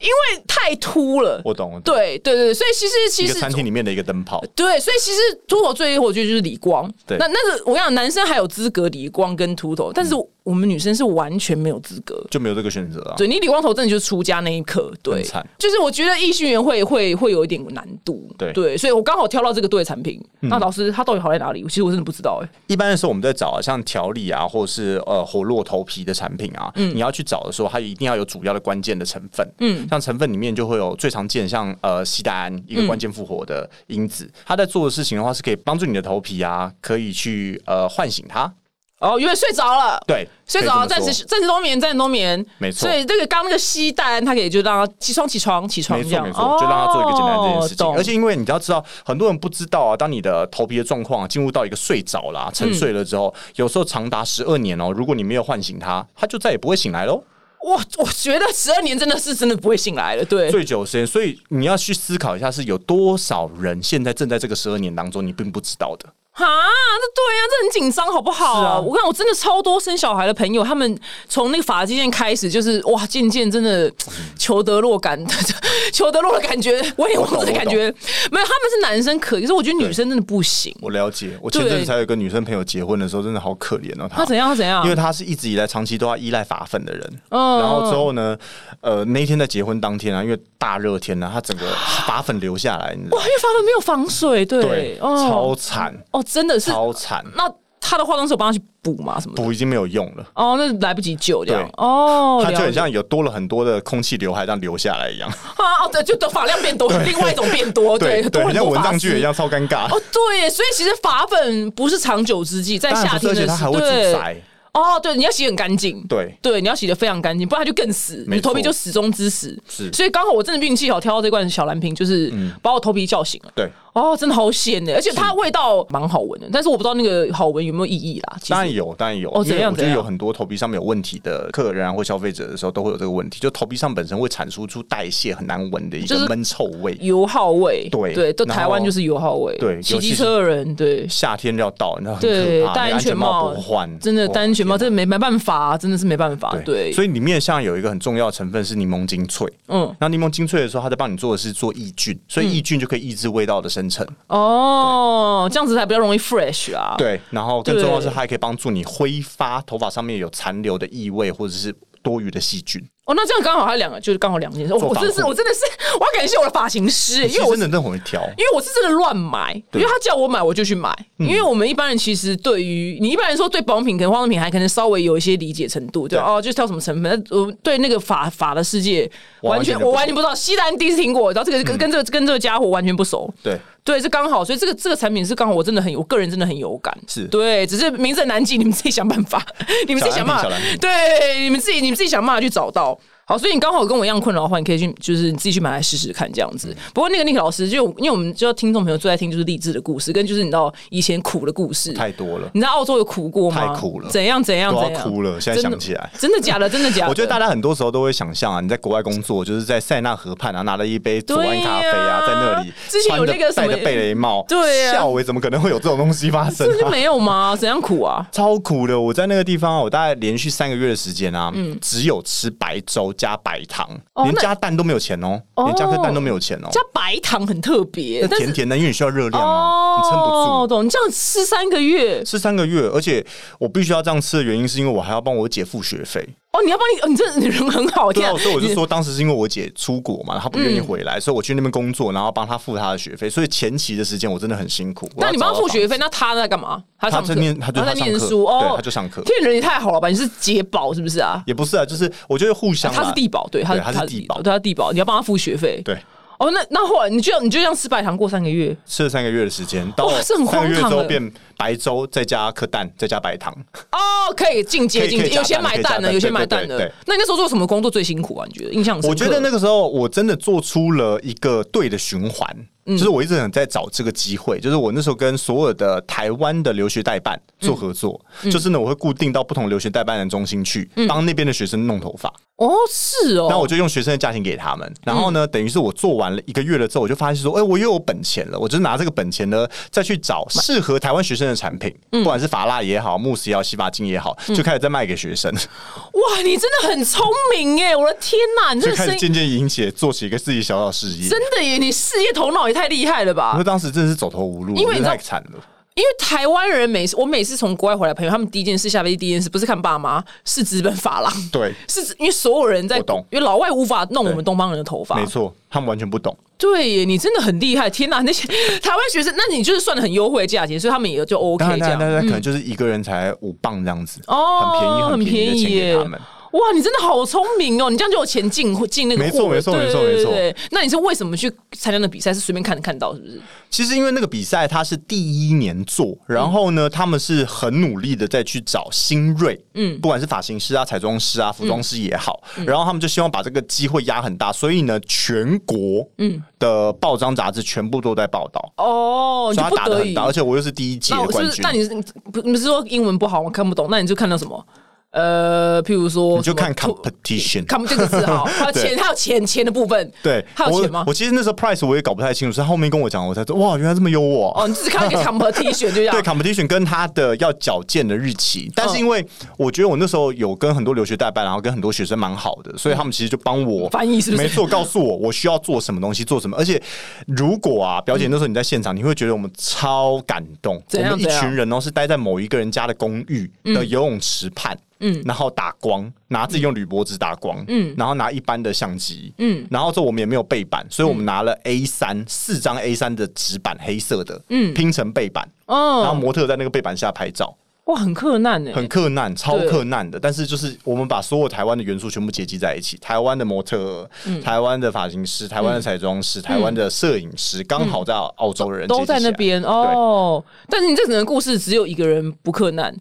[SPEAKER 1] 因为太秃了。
[SPEAKER 2] 我懂，我懂。
[SPEAKER 1] 对对对，所以其实其
[SPEAKER 2] 一
[SPEAKER 1] 实
[SPEAKER 2] 个餐厅里面的一个灯泡，
[SPEAKER 1] 对，所以其实秃头最我觉得就是理光。
[SPEAKER 2] 对
[SPEAKER 1] 那那个我跟你讲，男生还有资格理光跟秃头，但是我们女生是完全没有资格。
[SPEAKER 2] 就没有这个选择啊。
[SPEAKER 1] 对你理光头真的就是出家那一刻，对
[SPEAKER 2] 很惨，
[SPEAKER 1] 就是我觉得异性缘会会会有一点难度，
[SPEAKER 2] 对嗯
[SPEAKER 1] 所以我刚好挑到这个对的产品。那老师他到底好在哪里？其实我真的不知道哎、
[SPEAKER 2] 一般的时候，我们在找啊，像调理啊，或者是呃活络头皮的产品啊，你要去找的时候，它一定要有主要的关键的成分。嗯，像成分里面就会有最常见的像呃西达胺，一个关键复活的因子。它在做的事情的话，是可以帮助你的头皮啊，可以去呃唤醒它。
[SPEAKER 1] 哦，因为睡着了，
[SPEAKER 2] 对，
[SPEAKER 1] 睡着了，
[SPEAKER 2] 可以这
[SPEAKER 1] 暂
[SPEAKER 2] 么说
[SPEAKER 1] 时暂时冬眠，暂时冬眠，
[SPEAKER 2] 没错
[SPEAKER 1] 所以这个刚那个吸蛋，它可以就让它起床起床起床
[SPEAKER 2] 没
[SPEAKER 1] 这
[SPEAKER 2] 错
[SPEAKER 1] 样，
[SPEAKER 2] 没错，就让他做一个简单的这件事情。
[SPEAKER 1] 哦懂
[SPEAKER 2] 而且因为你要知道，很多人不知道啊，当你的头皮的状况啊进入到一个睡着啦、
[SPEAKER 1] 嗯
[SPEAKER 2] 沉睡了之后，有时候长达十二年哦，如果你没有唤醒它，它就再也不会醒来喽。
[SPEAKER 1] 我我觉得十二年真的是真的不会醒来了，对，
[SPEAKER 2] 最久的时间，所以你要去思考一下，是有多少人现在正在这个十二年当中你并不知道的。
[SPEAKER 1] 啊，这对呀、这很紧张，好不好？
[SPEAKER 2] 是啊
[SPEAKER 1] 我看我真的超多生小孩的朋友，他们从那个发际线开始，就是哇，渐渐真的求得落感， [laughs] 求得落的感觉，威廉王子的感觉，没有，他们是男生可以，可是我觉得女生真的不行。
[SPEAKER 2] 我了解，我前阵
[SPEAKER 1] 对
[SPEAKER 2] 子才有一个女生朋友结婚的时候，真的好可怜哦，
[SPEAKER 1] 他
[SPEAKER 2] 她
[SPEAKER 1] 怎样？他怎样？
[SPEAKER 2] 因为她是一直以来长期都要依赖法粉的人，
[SPEAKER 1] 嗯
[SPEAKER 2] 然后之后呢，呃，那一天在结婚当天啊，因为大热天呢、啊，她整个法粉流下来，你知道
[SPEAKER 1] 哇，
[SPEAKER 2] 吗
[SPEAKER 1] 因为发粉没有防水，对，
[SPEAKER 2] 对，超
[SPEAKER 1] 哦
[SPEAKER 2] 惨，
[SPEAKER 1] 哦，真的是。
[SPEAKER 2] 超惨，
[SPEAKER 1] 那他的化妆师有帮他去补吗？什么的？
[SPEAKER 2] 补已经没有用了。
[SPEAKER 1] 哦，那来不及救这样
[SPEAKER 2] 对。
[SPEAKER 1] 哦，
[SPEAKER 2] 她就
[SPEAKER 1] 了
[SPEAKER 2] 很
[SPEAKER 1] 解
[SPEAKER 2] 像有多了很多的空气刘海这样流下来一样，
[SPEAKER 1] 啊，哦，对，就发量变多，另外一种变多，对，多
[SPEAKER 2] 对，很
[SPEAKER 1] 很
[SPEAKER 2] 像
[SPEAKER 1] 多
[SPEAKER 2] 文
[SPEAKER 1] 发
[SPEAKER 2] 章剧
[SPEAKER 1] 丝
[SPEAKER 2] 一。样，超尴尬。
[SPEAKER 1] 哦，对耶，所以其实发粉不是长久之哦计，在
[SPEAKER 2] 当然
[SPEAKER 1] 夏
[SPEAKER 2] 不是，而
[SPEAKER 1] 天
[SPEAKER 2] 且
[SPEAKER 1] 的
[SPEAKER 2] 它
[SPEAKER 1] 时
[SPEAKER 2] 还
[SPEAKER 1] 候，
[SPEAKER 2] 会阻
[SPEAKER 1] 对，
[SPEAKER 2] 塞，
[SPEAKER 1] 哦，对，你要洗很干净，
[SPEAKER 2] 对
[SPEAKER 1] 对，你要洗的非常干净，不然它就更死，
[SPEAKER 2] 没
[SPEAKER 1] 你头皮
[SPEAKER 2] 错
[SPEAKER 1] 就始终之死。
[SPEAKER 2] 是嗯
[SPEAKER 1] 所以刚好我真的运气好，挑到这罐小蓝瓶，就是把我头皮叫醒了。
[SPEAKER 2] 对。
[SPEAKER 1] 哦，真的好险呢！而且它味道蛮好闻的，但是我不知道那个好闻有没有意义啦。其
[SPEAKER 2] 当
[SPEAKER 1] 实
[SPEAKER 2] 然有，当然有，
[SPEAKER 1] 哦
[SPEAKER 2] 因
[SPEAKER 1] 怎
[SPEAKER 2] 为
[SPEAKER 1] 样
[SPEAKER 2] 我觉
[SPEAKER 1] 怎
[SPEAKER 2] 得
[SPEAKER 1] 样
[SPEAKER 2] 有很多头皮上面有问题的客人啊或消费者的时候，都会有这个问题，就头皮上本身会产出出代谢很难闻的一
[SPEAKER 1] 就是
[SPEAKER 2] 个闷臭味。
[SPEAKER 1] 油耗味，
[SPEAKER 2] 对
[SPEAKER 1] 对，都
[SPEAKER 2] 然后
[SPEAKER 1] 台湾就是油耗味，
[SPEAKER 2] 对
[SPEAKER 1] 骑
[SPEAKER 2] 尤其
[SPEAKER 1] 机
[SPEAKER 2] 是
[SPEAKER 1] 车的人，对，
[SPEAKER 2] 夏天要到，那很
[SPEAKER 1] 对
[SPEAKER 2] 可，怕，
[SPEAKER 1] 戴
[SPEAKER 2] 那
[SPEAKER 1] 安
[SPEAKER 2] 安
[SPEAKER 1] 全
[SPEAKER 2] 帽
[SPEAKER 1] 帽
[SPEAKER 2] 不换，
[SPEAKER 1] 真的
[SPEAKER 2] 嗯哇
[SPEAKER 1] 戴安全帽，
[SPEAKER 2] 天
[SPEAKER 1] 这没没办法、真的是没办法
[SPEAKER 2] 哪。
[SPEAKER 1] 啊对，
[SPEAKER 2] 所
[SPEAKER 1] 以
[SPEAKER 2] 以里面像有一个很重要的成分是柠檬精粹，
[SPEAKER 1] 嗯，
[SPEAKER 2] 那柠檬精粹的时候，它在帮你做的是做抑菌，所以抑菌就可以抑制味道的生成。
[SPEAKER 1] 哦，这样子才比较容易 fresh 啊。，
[SPEAKER 2] 对，然后更重要的是，
[SPEAKER 1] 对
[SPEAKER 2] 它还可以帮助你挥发头发上面有残留的异味或者是多余的细菌。
[SPEAKER 1] 哦，那这样刚好还两个，就是刚好两件事。我哦
[SPEAKER 2] 做
[SPEAKER 1] 我
[SPEAKER 2] 防
[SPEAKER 1] 真的是，
[SPEAKER 2] 护
[SPEAKER 1] 我真的是，我要感谢我的发型师，因为
[SPEAKER 2] 其实
[SPEAKER 1] 我
[SPEAKER 2] 真的真的很会挑，
[SPEAKER 1] 因为我是真的乱买，因为他叫我买我就去买。
[SPEAKER 2] 嗯
[SPEAKER 1] 因为我们一般人其实对于你一般人说对保养品跟化妆品还可能稍微有一些理解程度，对
[SPEAKER 2] 对
[SPEAKER 1] 哦，就是挑什么成分，呃我对那个法法的世界
[SPEAKER 2] 完
[SPEAKER 1] 完
[SPEAKER 2] 全就
[SPEAKER 1] 全
[SPEAKER 2] 不嗯
[SPEAKER 1] 我完全不知道。西兰第一次听过，然后这个跟跟这个跟这个家伙完全不熟。
[SPEAKER 2] 对。
[SPEAKER 1] 对，这刚好，所以这个这个产品是刚好，我真的很有，我个人真的很有感。
[SPEAKER 2] 是
[SPEAKER 1] 对，只是名字很难记，你们自己想办法， [laughs] 你们自己想办
[SPEAKER 2] 小
[SPEAKER 1] 法
[SPEAKER 2] 蓝瓶小蓝瓶，
[SPEAKER 1] 对，你们自己你们自己想办法去找到。好，所以你刚好跟我一样困扰的话，你可以去，就是你自己去买来试试看这样
[SPEAKER 2] 嗯
[SPEAKER 1] 子。不过那个那个老师，就因为我们知道听众朋友最爱听就是励志的故事，跟就是你知道以前苦的故事。
[SPEAKER 2] 太多了
[SPEAKER 1] 你在澳洲有苦过吗？
[SPEAKER 2] 太苦了
[SPEAKER 1] 怎样怎样
[SPEAKER 2] 都要
[SPEAKER 1] 怎样？
[SPEAKER 2] 哭了现在
[SPEAKER 1] 真的
[SPEAKER 2] 想起来
[SPEAKER 1] 真的假的？真的假的？
[SPEAKER 2] 我觉得大家很多时候都会想象啊，你在国外工作，就是在塞纳河畔啊，拿了一杯左岸咖啡啊，
[SPEAKER 1] 对呀
[SPEAKER 2] 在那里
[SPEAKER 1] 之前有那个
[SPEAKER 2] 穿着戴
[SPEAKER 1] 什
[SPEAKER 2] 着
[SPEAKER 1] 么
[SPEAKER 2] 贝雷帽，
[SPEAKER 1] 对呀
[SPEAKER 2] 笑伟怎么可能会有这种东西发生
[SPEAKER 1] 这就
[SPEAKER 2] 啊？
[SPEAKER 1] 没有吗？怎样苦啊？
[SPEAKER 2] 超苦的！我在那个地方啊，我大概连续三个月的时间啊，只有吃白粥加白糖，
[SPEAKER 1] 嗯哦
[SPEAKER 2] 连
[SPEAKER 1] 那
[SPEAKER 2] 加蛋都没有钱哦，
[SPEAKER 1] 哦
[SPEAKER 2] 连加颗蛋都没有钱哦，
[SPEAKER 1] 加白糖很特别，
[SPEAKER 2] 那
[SPEAKER 1] 但是
[SPEAKER 2] 甜甜的，因为你需要热量啊，
[SPEAKER 1] 哦，
[SPEAKER 2] 你撑不住。
[SPEAKER 1] 懂？你这样吃三个月，
[SPEAKER 2] 吃三个月，而且我必须要这样吃的原因，是因为我还要帮我姐付学费。
[SPEAKER 1] 哦，你要帮你，哦你这你人很好，
[SPEAKER 2] 对
[SPEAKER 1] 天
[SPEAKER 2] 啊，
[SPEAKER 1] 啊嗯
[SPEAKER 2] 所以我就
[SPEAKER 1] 你
[SPEAKER 2] 说，当时是因为我姐出国嘛，她不愿意回来，所以我去那边工作，然后帮她付她的学费。所以前期的时间我真的很辛苦。
[SPEAKER 1] 那你帮他付学
[SPEAKER 2] 费？
[SPEAKER 1] 费，那他在干嘛？他
[SPEAKER 2] 她
[SPEAKER 1] 上课
[SPEAKER 2] 在念，她就
[SPEAKER 1] 哦
[SPEAKER 2] 她
[SPEAKER 1] 在
[SPEAKER 2] 上
[SPEAKER 1] 念
[SPEAKER 2] 课，
[SPEAKER 1] 书
[SPEAKER 2] 对
[SPEAKER 1] 哦，，
[SPEAKER 2] 她就上课。
[SPEAKER 1] 天人也太好了吧？你是解宝是不是啊？
[SPEAKER 2] 也不是啊，就是我觉得互相啦。啊
[SPEAKER 1] 他是地保，对，他
[SPEAKER 2] 对他是地保
[SPEAKER 1] 对，他是地保，你要帮他付学费。
[SPEAKER 2] 对，
[SPEAKER 1] 哦，那那后来你就你就这样吃白糖过三个月，
[SPEAKER 2] 吃了三个月的时间，到
[SPEAKER 1] 哇这很
[SPEAKER 2] 三个月之
[SPEAKER 1] 荒唐欸
[SPEAKER 2] 后
[SPEAKER 1] 了
[SPEAKER 2] 变白粥，再加颗蛋，再加白糖。
[SPEAKER 1] 哦，可以进
[SPEAKER 2] 可
[SPEAKER 1] 阶
[SPEAKER 2] 以
[SPEAKER 1] 进
[SPEAKER 2] 可
[SPEAKER 1] 阶，
[SPEAKER 2] 以加
[SPEAKER 1] 有些
[SPEAKER 2] 蛋
[SPEAKER 1] 买
[SPEAKER 2] 可以加
[SPEAKER 1] 蛋的，
[SPEAKER 2] 蛋
[SPEAKER 1] 有些
[SPEAKER 2] 对
[SPEAKER 1] 买
[SPEAKER 2] 对
[SPEAKER 1] 蛋
[SPEAKER 2] 对
[SPEAKER 1] 的
[SPEAKER 2] 对。
[SPEAKER 1] 那你那时候做什么工作最辛苦啊？你觉得印象深刻？
[SPEAKER 2] 我觉得那个时候我真的做出了一个对的循环，
[SPEAKER 1] 嗯
[SPEAKER 2] 就是我一直很在找这个机会，就是我那时候跟所有的台湾的留学代办
[SPEAKER 1] 嗯
[SPEAKER 2] 做合作，就是呢我会固定到不同留学代办的中心去，
[SPEAKER 1] 嗯
[SPEAKER 2] 帮那边的学生弄头发，
[SPEAKER 1] 哦是
[SPEAKER 2] 然后
[SPEAKER 1] 哦嗯
[SPEAKER 2] 我，就用学生的价钱给他们，然后呢，等于是我做完了一个月了之后，我就发现说，哎、我又有本钱了，我就是拿这个本钱呢，再去找适合台湾学生的产品，
[SPEAKER 1] 嗯
[SPEAKER 2] 不管是法蜡也好，慕斯也好，洗发精也好，就开始再卖给学
[SPEAKER 1] [laughs]
[SPEAKER 2] 生，
[SPEAKER 1] 哇，你真的很聪明耶！我的天哪，你这
[SPEAKER 2] 就
[SPEAKER 1] 个
[SPEAKER 2] 开始
[SPEAKER 1] 声音
[SPEAKER 2] 渐渐引起做起一个自己小小事业。
[SPEAKER 1] 真的耶，你事业头脑也太厉害了吧
[SPEAKER 2] 我！当时真的是走投无路，
[SPEAKER 1] 因为
[SPEAKER 2] 我真
[SPEAKER 1] 你知
[SPEAKER 2] 的
[SPEAKER 1] 道
[SPEAKER 2] 太惨了。
[SPEAKER 1] 因为台湾人每次我每次从国外回来，朋友他们第一件事下飞机第一件事不是看爸妈，是直奔发廊， [laughs]
[SPEAKER 2] 对，
[SPEAKER 1] 是指因为所有人在
[SPEAKER 2] 我懂，
[SPEAKER 1] 因为老外无法弄我
[SPEAKER 2] 对
[SPEAKER 1] 们东方人的头发，
[SPEAKER 2] 没错，他们完全不懂。
[SPEAKER 1] 对耶，你真的很厉害！天哪，那些台湾学生，那你就是算的很优惠的价钱，所以他们也就 OK
[SPEAKER 2] 当然，
[SPEAKER 1] 这
[SPEAKER 2] 当然，当
[SPEAKER 1] 样。嗯
[SPEAKER 2] 然，可能就是一个人才五磅这样子，
[SPEAKER 1] 哦，
[SPEAKER 2] 很便宜，很便宜的钱给
[SPEAKER 1] 耶
[SPEAKER 2] 他们。！
[SPEAKER 1] 哇，你真的好聪明哦！你这样就有钱进进那个
[SPEAKER 2] 没错
[SPEAKER 1] 货了
[SPEAKER 2] 没错
[SPEAKER 1] 对
[SPEAKER 2] 没错
[SPEAKER 1] 对
[SPEAKER 2] 没错
[SPEAKER 1] 对对那你是为什么去参加那比赛？是随便看看到是不是？
[SPEAKER 2] 其实因为那个比赛它是第一年做，然后呢，他们是很努力的在去找新锐，嗯，不管是发型师啊、彩妆师
[SPEAKER 1] 嗯
[SPEAKER 2] 啊、服装师也好，然后他们就希望把这个机会压很大，所以呢，全国嗯的报章杂志全部都在报道，
[SPEAKER 1] 哦，你
[SPEAKER 2] 所以他
[SPEAKER 1] 就不
[SPEAKER 2] 打的
[SPEAKER 1] 得
[SPEAKER 2] 很
[SPEAKER 1] 已
[SPEAKER 2] 大，而且我又是第一届
[SPEAKER 1] 那
[SPEAKER 2] 的
[SPEAKER 1] 哦我是
[SPEAKER 2] 冠
[SPEAKER 1] 不
[SPEAKER 2] 军
[SPEAKER 1] 是？那。你是不你不是说英文不好吗？看不懂？那你就看到什么？呃，譬如说，
[SPEAKER 2] 你就看
[SPEAKER 1] 什么
[SPEAKER 2] competition。
[SPEAKER 1] com 这个
[SPEAKER 2] [laughs]
[SPEAKER 1] 字号，还有
[SPEAKER 2] 对
[SPEAKER 1] 钱，还有钱钱的部分，
[SPEAKER 2] 对，
[SPEAKER 1] 还有钱吗
[SPEAKER 2] 我我？其实那时候 price 我也搞不太清楚，是他后面跟我讲，我才说哇，原来这么优啊我、
[SPEAKER 1] 哦，你只是看
[SPEAKER 2] [laughs]
[SPEAKER 1] 那个 competition 就这样
[SPEAKER 2] 对，competition 跟他的要矫健的日期，但是因为我觉得我那时候有跟很多留学代办，然后跟很多学生蛮好的，所以他们其实就帮我
[SPEAKER 1] 嗯翻译是不是
[SPEAKER 2] 没错，告诉我我需要做什么东西，做什么。而且如果啊，表姐那时候你在现场，你会觉得我们超感动，
[SPEAKER 1] 怎样
[SPEAKER 2] 我们一
[SPEAKER 1] 怎样
[SPEAKER 2] 群人哦是待在某一个人家的公寓的游泳池畔。嗯，然后打光，拿自己用铝箔纸打光，嗯，然后拿一般的相机，嗯，然后这我们也没有背板，所以
[SPEAKER 1] 嗯
[SPEAKER 2] 我们拿了 A 三四张 A 三的纸板，黑色的，嗯，拼成背板，然后
[SPEAKER 1] 哦，
[SPEAKER 2] 模特在那个背板下拍照，
[SPEAKER 1] 哇，很困难哎，
[SPEAKER 2] 很困难，超
[SPEAKER 1] 对
[SPEAKER 2] 困难的。但是就是我们把所有台湾的元素全部结集在一起，台湾的模特、
[SPEAKER 1] 嗯
[SPEAKER 2] 台湾的发型师、台湾的彩妆师、台湾的摄影师，刚好在澳洲的人
[SPEAKER 1] 都在
[SPEAKER 2] 结
[SPEAKER 1] 那
[SPEAKER 2] 集起来。
[SPEAKER 1] 边哦。但是你这整个故事只有一个人不克难，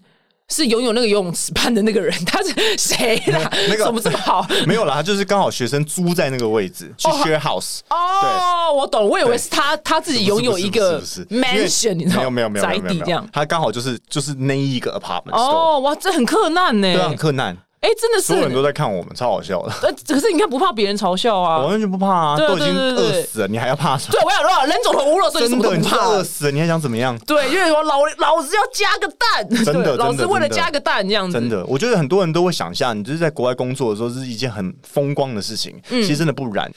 [SPEAKER 1] 是拥有那个游泳池畔的那个人，他是谁啦？
[SPEAKER 2] [laughs] 那个
[SPEAKER 1] 怎么这么好？
[SPEAKER 2] [laughs] 没有啦，他就是刚好学生租在那个位置去 share house，
[SPEAKER 1] 哦，我懂，我以为是他他自己拥有一个
[SPEAKER 2] 不是不是不是
[SPEAKER 1] mansion，
[SPEAKER 2] 因为
[SPEAKER 1] 你知
[SPEAKER 2] 没
[SPEAKER 1] 道吗
[SPEAKER 2] 有没有没有没
[SPEAKER 1] 宅
[SPEAKER 2] 有没
[SPEAKER 1] 邸
[SPEAKER 2] 有
[SPEAKER 1] 这样。
[SPEAKER 2] 他刚好就是就是那一个 apartment store，
[SPEAKER 1] 哦，哇，这很克难呢、
[SPEAKER 2] 对啊，很困难，
[SPEAKER 1] 哎、真的是
[SPEAKER 2] 所有人都在看我们，超好笑的，
[SPEAKER 1] 呃，可是你看不怕别人嘲笑
[SPEAKER 2] 我
[SPEAKER 1] 啊？
[SPEAKER 2] 完全不怕啊，
[SPEAKER 1] 对啊
[SPEAKER 2] 都已经
[SPEAKER 1] 对对对对
[SPEAKER 2] 饿死了，你还要怕什么？
[SPEAKER 1] 对，我想说，人走楼无路，所以你什
[SPEAKER 2] 真
[SPEAKER 1] 么都
[SPEAKER 2] 的，
[SPEAKER 1] 不
[SPEAKER 2] 你是
[SPEAKER 1] 怕。
[SPEAKER 2] 饿死了，你还想怎么样？
[SPEAKER 1] 对，因为我老老子要加个蛋， [laughs]
[SPEAKER 2] 的
[SPEAKER 1] 对
[SPEAKER 2] 真的
[SPEAKER 1] 老子为了
[SPEAKER 2] 真的
[SPEAKER 1] 加个蛋这样子，
[SPEAKER 2] 真的，我觉得很多人都会想象，你就是在国外工作的时候是一件很风光的事情，
[SPEAKER 1] 嗯
[SPEAKER 2] 其实真的不然。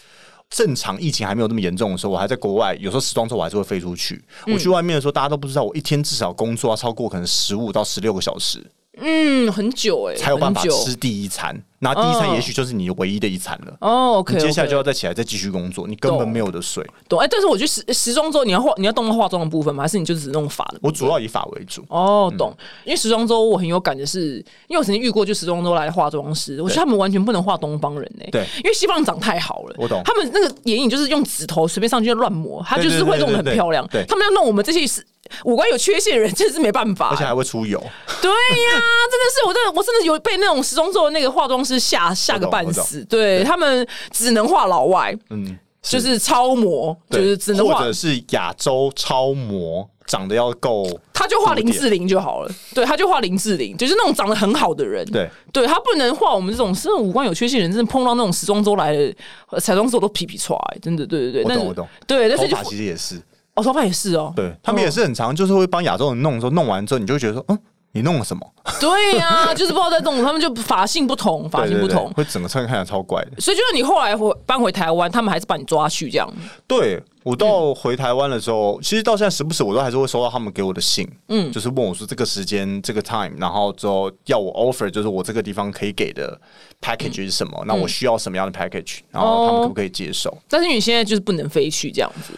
[SPEAKER 2] 正常疫情还没有这么严重的时候，我还在国外，有时候时装周我还是会飞出去。
[SPEAKER 1] 嗯
[SPEAKER 2] 我去外面的时候，大家都不知道，我一天至少工作要超过可能十五到十六个小时，
[SPEAKER 1] 嗯，很久哎、
[SPEAKER 2] 才有办法
[SPEAKER 1] 很久
[SPEAKER 2] 吃第一餐。那第一餐也许就是你唯一的一餐了。
[SPEAKER 1] 哦，OK，,
[SPEAKER 2] 你
[SPEAKER 1] o
[SPEAKER 2] 接下来就要再起来再继续工作，你根本没有的睡。
[SPEAKER 1] 懂哎、但是我觉得时时装周你要化你要动到化妆的部分吗？还是你就只弄法的？
[SPEAKER 2] 我主要以法为主，
[SPEAKER 1] 哦，懂。
[SPEAKER 2] 嗯
[SPEAKER 1] 因为时装周我很有感的是，因为我曾经遇过就时装周来的化妆师，我觉得他们完全不能画东方人呢、
[SPEAKER 2] 对
[SPEAKER 1] 因为西方人长太好了，
[SPEAKER 2] 我懂
[SPEAKER 1] 他们那个眼影就是用指头随便上去就乱抹，他
[SPEAKER 2] 对
[SPEAKER 1] 就
[SPEAKER 2] 对
[SPEAKER 1] 是会弄得很
[SPEAKER 2] 对对对
[SPEAKER 1] 漂亮。
[SPEAKER 2] 对
[SPEAKER 1] 他们要弄我们这些是五官有缺陷的人，真的是没办法、
[SPEAKER 2] 而且还会出油。
[SPEAKER 1] [laughs] 对呀、真的是，我真的我真的有被那种时装周的那个化妆师吓吓个半
[SPEAKER 2] 我懂我
[SPEAKER 1] 死。对他们只能画老外，
[SPEAKER 2] 嗯，
[SPEAKER 1] 就是超模，就
[SPEAKER 2] 对
[SPEAKER 1] 是只能画
[SPEAKER 2] 或者是亚洲超模，长得要够。
[SPEAKER 1] 他就画林志玲就好了，对，他就画林志玲，就是那种长得很好的人，
[SPEAKER 2] 对，
[SPEAKER 1] 对他不能画我们这种身五官有缺陷的人，真的碰到那种时装周来的呃彩妆师我都皮皮出来，真的，对对对，
[SPEAKER 2] 我懂
[SPEAKER 1] 但是
[SPEAKER 2] 我懂
[SPEAKER 1] 对，但
[SPEAKER 2] 头
[SPEAKER 1] 是就
[SPEAKER 2] 发其实也是，
[SPEAKER 1] 哦，头发也是哦，
[SPEAKER 2] 对他们也是很常就是会帮亚洲人弄的时候，弄完之后你就会觉得说，嗯，你弄了什么？
[SPEAKER 1] 对呀、就是不知道在动，他们就发性不同，发
[SPEAKER 2] 对
[SPEAKER 1] 性
[SPEAKER 2] 对
[SPEAKER 1] 不
[SPEAKER 2] 对
[SPEAKER 1] 同，
[SPEAKER 2] 会整个车看起来超怪的。
[SPEAKER 1] 所以就是你后来回搬回台湾，他们还是把你抓去这样，
[SPEAKER 2] 对我到回台湾的时候，其实到现在时不时我都还是会收到他们给我的信，嗯，就是问我说这个时间这个 time，然后之后要我 offer，就是我这个地方可以给的 package 是什么，
[SPEAKER 1] 嗯
[SPEAKER 2] 那我需要什么样的
[SPEAKER 1] 哦
[SPEAKER 2] package，然后他们可不可以接受？
[SPEAKER 1] 但是你现在就是不能飞去这样子，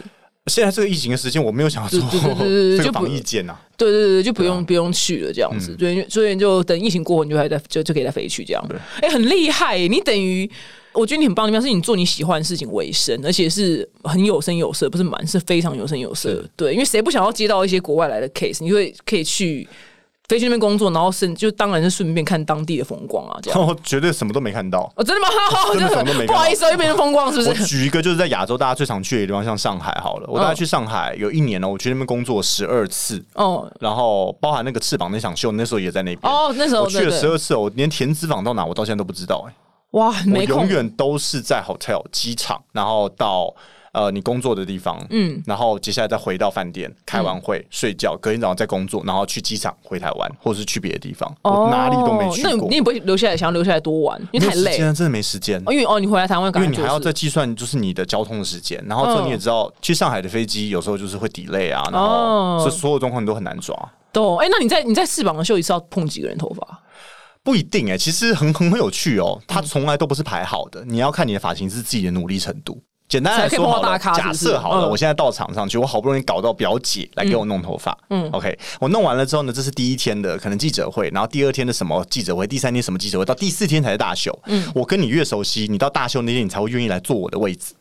[SPEAKER 2] 现在这个疫情的时间，我没有想要做
[SPEAKER 1] 对对对对对
[SPEAKER 2] [laughs] 这
[SPEAKER 1] 就
[SPEAKER 2] 个
[SPEAKER 1] 不
[SPEAKER 2] 防疫件啊。嗯
[SPEAKER 1] 对对对，就不用、不用去了这样子，对，因为所以就等疫情过后，你就还在就就可以再飞去这样。哎、很厉害耶、你等于我觉得你很棒的地方是你做你喜欢的事情为生，而且是很有声有色，不是蛮是非常有声有色。对，因为谁不想要接到一些国外来的 case，你会可以去飞去那边工作，然后甚就当然是顺便看当地的风光啊，
[SPEAKER 2] [laughs]
[SPEAKER 1] 这样。
[SPEAKER 2] 然后绝对什么都没看到。
[SPEAKER 1] 哦， [laughs] 真的吗？好，
[SPEAKER 2] 哦真的什么都没看
[SPEAKER 1] 不
[SPEAKER 2] 到
[SPEAKER 1] 好意思哦，又变成风光是
[SPEAKER 2] 我
[SPEAKER 1] 不是？嗯
[SPEAKER 2] 举一个就是在亚洲大家最常去的地方，像上海好了。我大概去上海有一年哦，我去那边工作十二次，
[SPEAKER 1] [laughs] 哦
[SPEAKER 2] 然后包含那个翅膀那场秀，那时候也在那边。
[SPEAKER 1] 哦，那时候
[SPEAKER 2] 我去了
[SPEAKER 1] 对
[SPEAKER 2] 十
[SPEAKER 1] 对
[SPEAKER 2] 二次哦，我连田子坊到哪我到现在都不知道哎、
[SPEAKER 1] 哇，
[SPEAKER 2] 我
[SPEAKER 1] 没空
[SPEAKER 2] 永远都是在 hotel 机场，然后到呃你工作的地方，嗯，然后接下来再回到饭店开
[SPEAKER 1] 嗯
[SPEAKER 2] 完会、睡觉，隔天早上再工作，然后去机场回台湾，或是去别的地方，我哪里都没去
[SPEAKER 1] 哦那你
[SPEAKER 2] 过
[SPEAKER 1] 你。也不会留下来，想要留下来多玩，因为
[SPEAKER 2] 没有
[SPEAKER 1] 太
[SPEAKER 2] 时
[SPEAKER 1] 累
[SPEAKER 2] 间。啊真的没时间
[SPEAKER 1] 哦，。因为哦，你回来台湾，
[SPEAKER 2] 因
[SPEAKER 1] 赶
[SPEAKER 2] 为
[SPEAKER 1] 快
[SPEAKER 2] 你还要
[SPEAKER 1] 做
[SPEAKER 2] 再
[SPEAKER 1] 事。
[SPEAKER 2] 计算，就是你的交通的时间，然后之后
[SPEAKER 1] 嗯
[SPEAKER 2] 你也知道，去上海的飞机有时候就是会 delay 啊，然
[SPEAKER 1] 哦
[SPEAKER 2] 后所以所有状况都很难抓。
[SPEAKER 1] 懂？哎、那你在你在翅膀的秀一次要碰几个人头发？
[SPEAKER 2] 不一定哎、其实很很很有趣哦，
[SPEAKER 1] 嗯
[SPEAKER 2] 它从来都不是排好的，你要看你的发型师自己的努力程度。简单来
[SPEAKER 1] 才可以
[SPEAKER 2] 说
[SPEAKER 1] 碰到
[SPEAKER 2] 好了，
[SPEAKER 1] 大咖
[SPEAKER 2] 假
[SPEAKER 1] 是不是
[SPEAKER 2] 设好了，
[SPEAKER 1] 嗯
[SPEAKER 2] 我现在到场上去，我好不容易搞到表姐来给我弄头发，嗯，OK，我弄完了之后呢，这是第一天的可能记者会，然后第二天的什么记者会，第三天什么记者会，到第四天才是大秀，嗯，我跟你越熟悉，你到大秀那天你才会愿意来坐我的位置，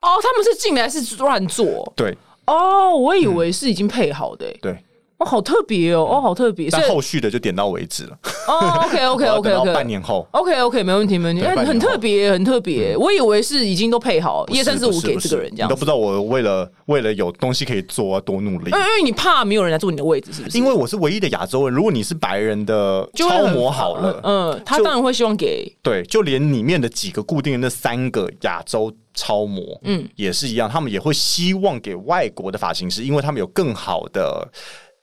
[SPEAKER 1] 哦，他们是进来是乱做
[SPEAKER 2] 对嗯
[SPEAKER 1] 哦，我以为是已经配好的、欸
[SPEAKER 2] 对，
[SPEAKER 1] 哦，好特别哦，哦，好特别，所
[SPEAKER 2] 但
[SPEAKER 1] 以
[SPEAKER 2] 后续的就点到为
[SPEAKER 1] [laughs]
[SPEAKER 2] 止了。
[SPEAKER 1] 哦，OK
[SPEAKER 2] [laughs]
[SPEAKER 1] OK
[SPEAKER 2] 我要
[SPEAKER 1] OK
[SPEAKER 2] 等到
[SPEAKER 1] OK，
[SPEAKER 2] 半年后
[SPEAKER 1] OK OK，没问题，没问题。
[SPEAKER 2] 对
[SPEAKER 1] 哎，
[SPEAKER 2] 半年
[SPEAKER 1] 很特
[SPEAKER 2] 后嗯
[SPEAKER 1] 别，很特别。我以为是已经都配好一二三四
[SPEAKER 2] 不
[SPEAKER 1] 五
[SPEAKER 2] 是
[SPEAKER 1] 给
[SPEAKER 2] 不
[SPEAKER 1] 这
[SPEAKER 2] 是
[SPEAKER 1] 个人这样
[SPEAKER 2] 你都不知道我为了为了有东西可以做啊多努力
[SPEAKER 1] 因。为因为你怕没有人来坐你的位置，是不是？
[SPEAKER 2] 因为我是唯一的亚洲人，如果你是白人的
[SPEAKER 1] 就会
[SPEAKER 2] 超
[SPEAKER 1] 很
[SPEAKER 2] 模好了，
[SPEAKER 1] 嗯，他
[SPEAKER 2] 就
[SPEAKER 1] 当然会希望给
[SPEAKER 2] 对，就连里面的几个固定的那三个亚洲超模，嗯，也是一样，他们也会希望给外国的发型师，因为他们有更好的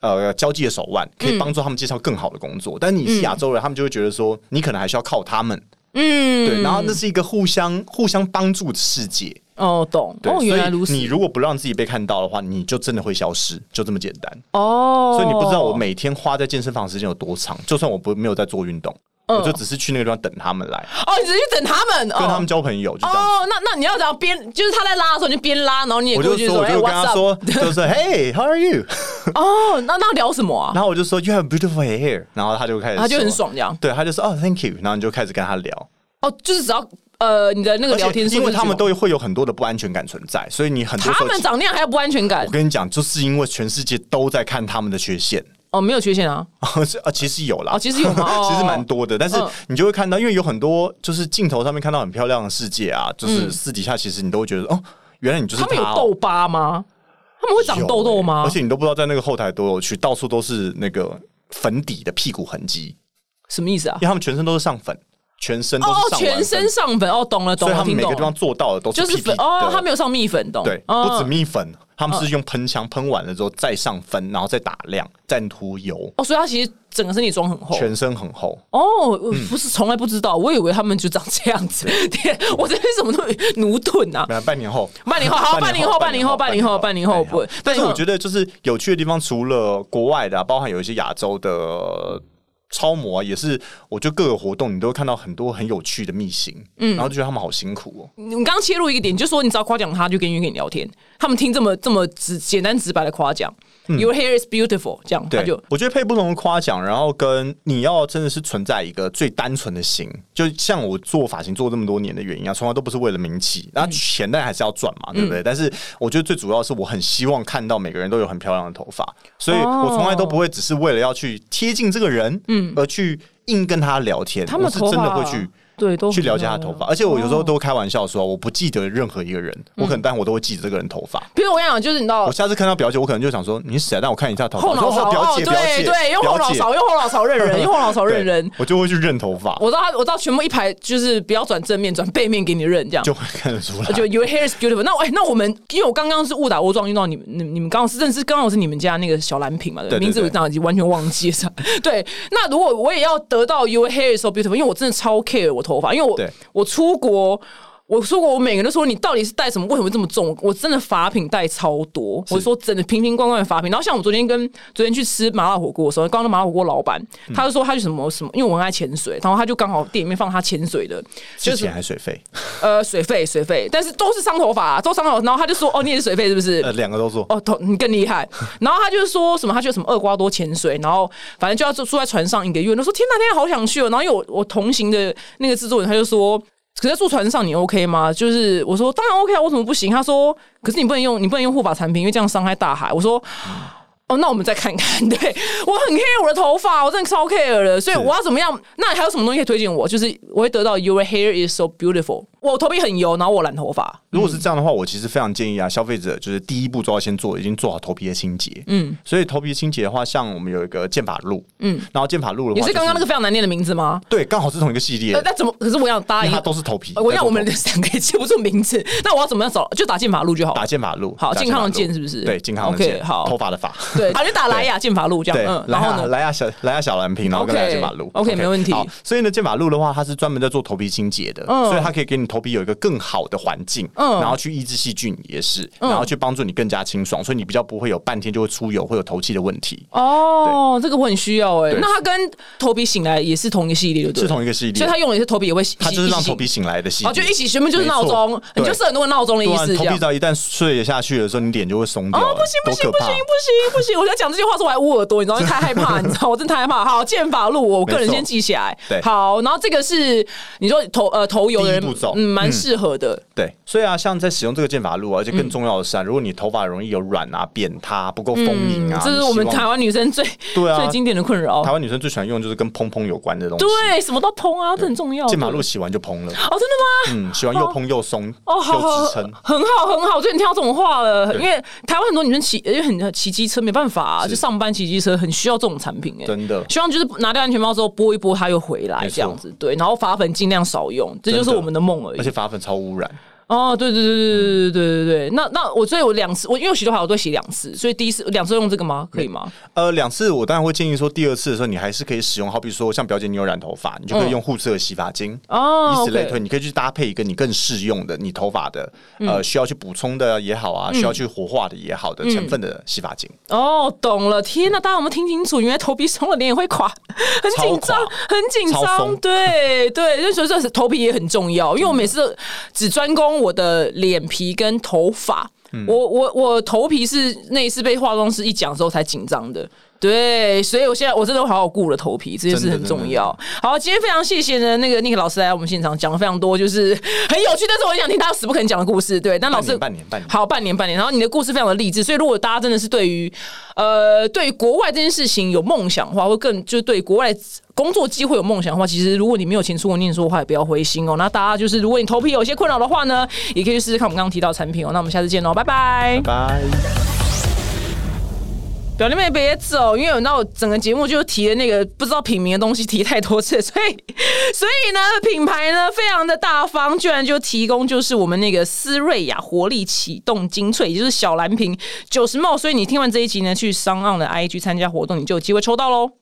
[SPEAKER 2] 呃交际的手
[SPEAKER 1] 嗯
[SPEAKER 2] 腕，可以帮助他们介绍更好的工作。但你是亚洲人，他们就会觉得说，你可能还需要靠他们。
[SPEAKER 1] 嗯，
[SPEAKER 2] 对，然后那是一个互相互相帮助的世界。
[SPEAKER 1] 哦，懂
[SPEAKER 2] 对，
[SPEAKER 1] 哦，
[SPEAKER 2] 所以
[SPEAKER 1] 原来如此
[SPEAKER 2] 你如果不让自己被看到的话，你就真的会消失，就这么简单。
[SPEAKER 1] 哦，
[SPEAKER 2] 所以你不知道我每天花在健身房的时间有多长，就算我不没有在做运动，
[SPEAKER 1] 嗯
[SPEAKER 2] 我就只是去那个地方等他们来，
[SPEAKER 1] 哦，你只是去等他们，
[SPEAKER 2] 跟他们
[SPEAKER 1] 哦
[SPEAKER 2] 交朋友，就这样。
[SPEAKER 1] 哦，那那你要怎样边就是他在拉的时候你就边拉，然后你也
[SPEAKER 2] 我
[SPEAKER 1] 过
[SPEAKER 2] 就
[SPEAKER 1] 去
[SPEAKER 2] 说，我
[SPEAKER 1] 哎
[SPEAKER 2] 就跟他
[SPEAKER 1] ，What's up？
[SPEAKER 2] 说， [laughs] 就是 Hey，how are you？
[SPEAKER 1] 哦，那那聊什么啊？
[SPEAKER 2] 然后我就说 You have beautiful hair，然后他就开始，
[SPEAKER 1] 他就很，爽这样。
[SPEAKER 2] 对，他就说哦，Thank you，然后你就开始跟他聊，
[SPEAKER 1] 哦，就是只要呃你的那个
[SPEAKER 2] 而
[SPEAKER 1] 聊
[SPEAKER 2] 且
[SPEAKER 1] 天，
[SPEAKER 2] 因为他们都会有很多的不安全感存在，所以你很多时
[SPEAKER 1] 他
[SPEAKER 2] 候
[SPEAKER 1] 们长那样还有不安全感
[SPEAKER 2] 我跟你讲，就是因为全世界都在看他们的缺陷， [laughs]
[SPEAKER 1] 哦，没有缺陷啊。
[SPEAKER 2] 是啊，其实有啦，
[SPEAKER 1] 哦其实有吗
[SPEAKER 2] [laughs]
[SPEAKER 1] 哦
[SPEAKER 2] 其实蛮多的，但是
[SPEAKER 1] 嗯
[SPEAKER 2] 你就会看到，因为有很多就是镜头上面看到很漂亮的世界啊，就是私底下其实你都会觉得哦，原来你就是
[SPEAKER 1] 嗯他们有
[SPEAKER 2] 哦
[SPEAKER 1] 痘疤吗？他们会长痘痘吗？
[SPEAKER 2] 有欸而且你都不知道在那个后台多有趣，到处都是那个粉底的屁股痕迹，
[SPEAKER 1] 什么意思啊
[SPEAKER 2] 因？为他们全身都是上粉，全身都
[SPEAKER 1] 哦
[SPEAKER 2] 是上
[SPEAKER 1] 哦，
[SPEAKER 2] 完粉
[SPEAKER 1] 全身，上粉哦，懂了
[SPEAKER 2] 所
[SPEAKER 1] 懂
[SPEAKER 2] 以
[SPEAKER 1] 了，
[SPEAKER 2] 他们
[SPEAKER 1] 听
[SPEAKER 2] 每个
[SPEAKER 1] 懂
[SPEAKER 2] 地方
[SPEAKER 1] 了。
[SPEAKER 2] 做到的都
[SPEAKER 1] 就是
[SPEAKER 2] 屁屁
[SPEAKER 1] 粉哦，
[SPEAKER 2] 的
[SPEAKER 1] 他没有嗯上蜜粉，懂？
[SPEAKER 2] 对，
[SPEAKER 1] 哦
[SPEAKER 2] 不止蜜粉，他们是用喷枪喷完了之后再上分，然后再打亮，再涂油，
[SPEAKER 1] 哦，所以他其实整个身体妆很厚。
[SPEAKER 2] 全身很厚。
[SPEAKER 1] 哦，我
[SPEAKER 2] 嗯
[SPEAKER 1] 不是从来不知道，我以为他们就长这
[SPEAKER 2] [laughs]
[SPEAKER 1] 样子。天，我这边什么都 [laughs] 奴钝啊！
[SPEAKER 2] 没有半年后，
[SPEAKER 1] 半年后，好，半年后，半年后，半年后，半年后，不会。
[SPEAKER 2] 但是我觉
[SPEAKER 1] 得
[SPEAKER 2] 得就是有趣的地方，除了国外的、啊，包含有一些亚洲的超模啊，也是，我觉得各个活动你都会看到很多很有趣的秘辛，嗯，然后就觉得他们好辛苦哦。
[SPEAKER 1] 你刚刚切入一个点，就说你只要夸奖他，就跟愿意跟你聊天。他们听这么这么直简单直白的夸奖，Your hair is beautiful，这样他
[SPEAKER 2] 嗯对
[SPEAKER 1] 就，
[SPEAKER 2] 我觉得配不同的夸奖，然后跟你要真的是存在一个最单纯的心，就像我做发型做这么多年的原因啊，从来都不是为了名气，
[SPEAKER 1] 嗯
[SPEAKER 2] 那钱当然还是要赚嘛，对不对？但是我觉得最主要是我很希望看到每个人都有很漂亮的头发，所以
[SPEAKER 1] 哦
[SPEAKER 2] 我从来都不会只是为了要去贴近这个人，嗯，而去硬跟他聊天，
[SPEAKER 1] 他们
[SPEAKER 2] 我是
[SPEAKER 1] 头
[SPEAKER 2] 真的
[SPEAKER 1] 发啊
[SPEAKER 2] 会去。
[SPEAKER 1] 对都
[SPEAKER 2] 去了解他
[SPEAKER 1] 很
[SPEAKER 2] 的
[SPEAKER 1] 漂
[SPEAKER 2] 头
[SPEAKER 1] 亮啊哦
[SPEAKER 2] 发，而且我有时候都开玩笑说，我不记得任何一个人，我
[SPEAKER 1] 嗯
[SPEAKER 2] 可能但我都会记得这个人头发。
[SPEAKER 1] 比如我跟你讲，就是你知道
[SPEAKER 2] 我下次看到表姐，我可能就想说你是谁啊？让我看一下头发。
[SPEAKER 1] 后脑
[SPEAKER 2] 我说
[SPEAKER 1] 勺，
[SPEAKER 2] 哦表
[SPEAKER 1] 哦
[SPEAKER 2] 姐，，表
[SPEAKER 1] 对
[SPEAKER 2] 姐，
[SPEAKER 1] 对，用后
[SPEAKER 2] 表
[SPEAKER 1] 脑
[SPEAKER 2] 姐
[SPEAKER 1] 勺，用后脑勺认
[SPEAKER 2] [laughs]
[SPEAKER 1] 人，用后脑勺认人
[SPEAKER 2] 对。我就会去认头发，
[SPEAKER 1] 我知道他，我知道全部一排就是不要转正面，转背面给你认这样。
[SPEAKER 2] 就会看得出来。
[SPEAKER 1] 呃就 Your hair is beautiful 那。我哎、那我们因为我刚刚是误打误撞遇到你们，你你们刚好是认识，刚好是你们家那个小蓝瓶嘛，对不
[SPEAKER 2] 对
[SPEAKER 1] 对
[SPEAKER 2] 对
[SPEAKER 1] 名字我
[SPEAKER 2] 对
[SPEAKER 1] 这样已经完全忘记了。 [laughs] 对，那如果我也要得到 Your hair is so beautiful，因为我真的超 care 我头发，因为我
[SPEAKER 2] 对
[SPEAKER 1] 我出国。我出国，我每个人都说你到底是带什么？为什么这么重？我真的发品带超多。我说真的，瓶瓶罐罐的发品。然后像我昨天跟昨天去吃麻辣火锅的时候，刚刚那麻辣火锅老板，
[SPEAKER 2] 嗯
[SPEAKER 1] 他就说他去什么什么，因为我很爱潜水，然后他就刚好店里面放他潜水的，
[SPEAKER 2] 之
[SPEAKER 1] 是
[SPEAKER 2] 前还水费，
[SPEAKER 1] 呃，水费水费，但是都是伤头发、啊都伤头发。然后他就说：“哦，你也是水费是不是？”
[SPEAKER 2] 呃，两个都做。
[SPEAKER 1] 哦，头你更厉害。 [laughs] 然后他就是说什么，他去什么厄瓜多潜水，然后反正就要住住在船上一个月。他说：“天哪，天哪，好想去哦！”然后因为我我同行的那个制作人，他就说。可是住船上你 OK 吗？就是我说当然 OK 啊，我怎么不行？他说，可是你不能用你不能用护发产品，因为这样伤害大海。我说，哦，那我们再看看。 [laughs] 对我很 care 我的头发，我真的超 care 的，所以我要怎么样？那还有什么东西可以推荐我？就是我会得到 Your hair is so beautiful。我头皮很油，然后我染头发。
[SPEAKER 2] 如果是这样的话，我其实非常建议啊，消费者就是第一步都要先做，已经做好头皮的清洁。嗯，所以头皮清洁的话，像我们有一个剑法露，嗯，然后剑法露的
[SPEAKER 1] 你
[SPEAKER 2] 话，
[SPEAKER 1] 是刚刚那
[SPEAKER 2] 就
[SPEAKER 1] 个非常难念的名字吗？
[SPEAKER 2] 对，刚好是同一个系列
[SPEAKER 1] 呃，，那怎么？可是我想大家
[SPEAKER 2] 因
[SPEAKER 1] 已
[SPEAKER 2] 为它
[SPEAKER 1] 经
[SPEAKER 2] 都是头皮。
[SPEAKER 1] 呃我
[SPEAKER 2] 在
[SPEAKER 1] 想
[SPEAKER 2] 做
[SPEAKER 1] 我们
[SPEAKER 2] 头皮
[SPEAKER 1] 两个也记不住名字， [laughs] 那我要怎么样找？就打剑法路就好了
[SPEAKER 2] 打。剑法露，
[SPEAKER 1] 好
[SPEAKER 2] 打
[SPEAKER 1] 健康
[SPEAKER 2] 法
[SPEAKER 1] 的
[SPEAKER 2] 露
[SPEAKER 1] 健是不是
[SPEAKER 2] 对，健康的
[SPEAKER 1] OK，
[SPEAKER 2] 健，
[SPEAKER 1] 好
[SPEAKER 2] 头发的发。
[SPEAKER 1] 对，啊，就打莱雅剑法路这
[SPEAKER 2] 对
[SPEAKER 1] 样。嗯，，然
[SPEAKER 2] 莱
[SPEAKER 1] 后
[SPEAKER 2] 雅
[SPEAKER 1] 呢？
[SPEAKER 2] 莱雅啊小莱雅小蓝瓶，然后跟
[SPEAKER 1] OK，
[SPEAKER 2] 莱雅剑马路
[SPEAKER 1] OK，没问题
[SPEAKER 2] 好，所以呢，剑马路的话，它是专门在做头皮清洁的，
[SPEAKER 1] 嗯
[SPEAKER 2] 所以它可以给你头皮有一个更好的环境，
[SPEAKER 1] 嗯
[SPEAKER 2] 然后去抑制细菌也是，然后去帮助你更加清爽，所以你比较不会有半天就会出油，会有头气的问题。
[SPEAKER 1] 哦，这个我很需要哎。
[SPEAKER 2] 对
[SPEAKER 1] 那它跟头皮醒来也是同一个系列，对不对？
[SPEAKER 2] 是同一个系列
[SPEAKER 1] 所以它用的是头皮也会洗，
[SPEAKER 2] 它就是让
[SPEAKER 1] 一起
[SPEAKER 2] 头皮醒来的系
[SPEAKER 1] 哦，
[SPEAKER 2] 列，
[SPEAKER 1] 就一起全部就是闹钟
[SPEAKER 2] 没错，
[SPEAKER 1] 你就
[SPEAKER 2] 对
[SPEAKER 1] 是很多闹钟的
[SPEAKER 2] 对
[SPEAKER 1] 意
[SPEAKER 2] 啊
[SPEAKER 1] 思，
[SPEAKER 2] 头
[SPEAKER 1] 这
[SPEAKER 2] 皮
[SPEAKER 1] 样
[SPEAKER 2] 只。要一旦睡下去的时候，你脸就会松掉
[SPEAKER 1] 哦
[SPEAKER 2] 了，，
[SPEAKER 1] 不行不行
[SPEAKER 2] 多
[SPEAKER 1] 不
[SPEAKER 2] 可
[SPEAKER 1] 行
[SPEAKER 2] 怕！啊
[SPEAKER 1] 不行不行！我在讲这句话的时候，我还捂耳朵，你
[SPEAKER 2] [laughs]
[SPEAKER 1] 知道，太害怕，你知道，我真的太害怕。好，剑法路，我个人
[SPEAKER 2] 没错
[SPEAKER 1] 先记起来。
[SPEAKER 2] 对
[SPEAKER 1] 好，然后这个是你说头呃头油的人
[SPEAKER 2] 第一步骤，
[SPEAKER 1] 嗯，蛮适合的。
[SPEAKER 2] 对，所以啊，像在使用这个剑法露啊，而且
[SPEAKER 1] 嗯
[SPEAKER 2] 更重要的是啊，如果你头发容易有软啊、扁塌、不够丰盈啊，
[SPEAKER 1] 这是我们
[SPEAKER 2] 你希
[SPEAKER 1] 台
[SPEAKER 2] 望
[SPEAKER 1] 湾女生最
[SPEAKER 2] 对啊
[SPEAKER 1] 最经典的困扰
[SPEAKER 2] 台。湾女生最喜欢用就是跟蓬蓬有关的东西。
[SPEAKER 1] 哦对，什么都蓬啊，这很重要。
[SPEAKER 2] 剑法露洗完就蓬了，
[SPEAKER 1] 哦，真的吗？
[SPEAKER 2] 嗯，洗完又蓬又松
[SPEAKER 1] 哦，好好
[SPEAKER 2] 又支撑。，
[SPEAKER 1] 很好，很好，我最近听到这种话了。因为台湾很多女生骑，因为很骑机车没办法、啊，就上班骑机车很需要这种产品哎、
[SPEAKER 2] 真的
[SPEAKER 1] 希望就是拿掉安全帽之后拨一拨，它又回来
[SPEAKER 2] 没错
[SPEAKER 1] 这样子。对，然后发粉尽量少用，这就是
[SPEAKER 2] 真的
[SPEAKER 1] 我们的梦而
[SPEAKER 2] 而
[SPEAKER 1] 已
[SPEAKER 2] 且。发粉超污染，
[SPEAKER 1] 哦，对对对对对对对对对。那那我所以我两次，我因为我洗头发我都会洗两次，所以第一次两次用这个吗？可以吗？
[SPEAKER 2] 呃，两次我当然会建议说，第二次的时候你还是可以使用，好比说像表姐你有染头发，你就可以用护色洗发精，
[SPEAKER 1] 哦
[SPEAKER 2] 以此类推，
[SPEAKER 1] ，OK，嗯
[SPEAKER 2] 你可以去搭配一个你更适用的你头发的呃需要去补充的也好啊，需要去活化的也好的
[SPEAKER 1] 嗯
[SPEAKER 2] 成分的洗发精。
[SPEAKER 1] 哦，懂了。天呐，大家有没有听清楚？原来头皮松了，脸也会
[SPEAKER 2] [laughs]
[SPEAKER 1] 垮，很紧张
[SPEAKER 2] 超垮，
[SPEAKER 1] 很紧
[SPEAKER 2] 超
[SPEAKER 1] 张
[SPEAKER 2] 松。
[SPEAKER 1] 对对，就所以说头皮也很重要，因为我每次只专攻我的脸皮跟头发。
[SPEAKER 2] 嗯
[SPEAKER 1] 我我我头皮是那一次被化妆师一讲之后才紧张的，对，所以我现在我真的会好好顾我的头皮，这件事
[SPEAKER 2] 真的
[SPEAKER 1] 很重
[SPEAKER 2] 真的
[SPEAKER 1] 要。好，今天非常谢谢呢那个那个老师来我们现场讲了非常多，就是很有趣，但是我也想听他死不肯讲的故事。对，但老师
[SPEAKER 2] 半年半年半年
[SPEAKER 1] 好半年半年，然后你的故事非常的励志，所以如果大家真的是对于呃对于国外这件事情有梦想的话，或更就是对国外。工作机会有梦想的话，其实如果你没有钱出国念书的话，也不要灰心哦。那大家就是，如果你头皮有一些困扰的话呢，也可以去试试看我们刚刚提到的产品哦。那我们下次见喽，拜拜。
[SPEAKER 2] 拜。
[SPEAKER 1] 表弟妹别走，因为有到整个节目就提的那个不知道品名的东西提太多次，所以 [laughs] 所以呢，品牌呢非常的大方，居然就提供就是我们那个思瑞雅活力启动精粹，也就是小蓝瓶九十 ml。所以你听完这一集呢，去商岸的 IG 参加活动，你就有机会抽到喽。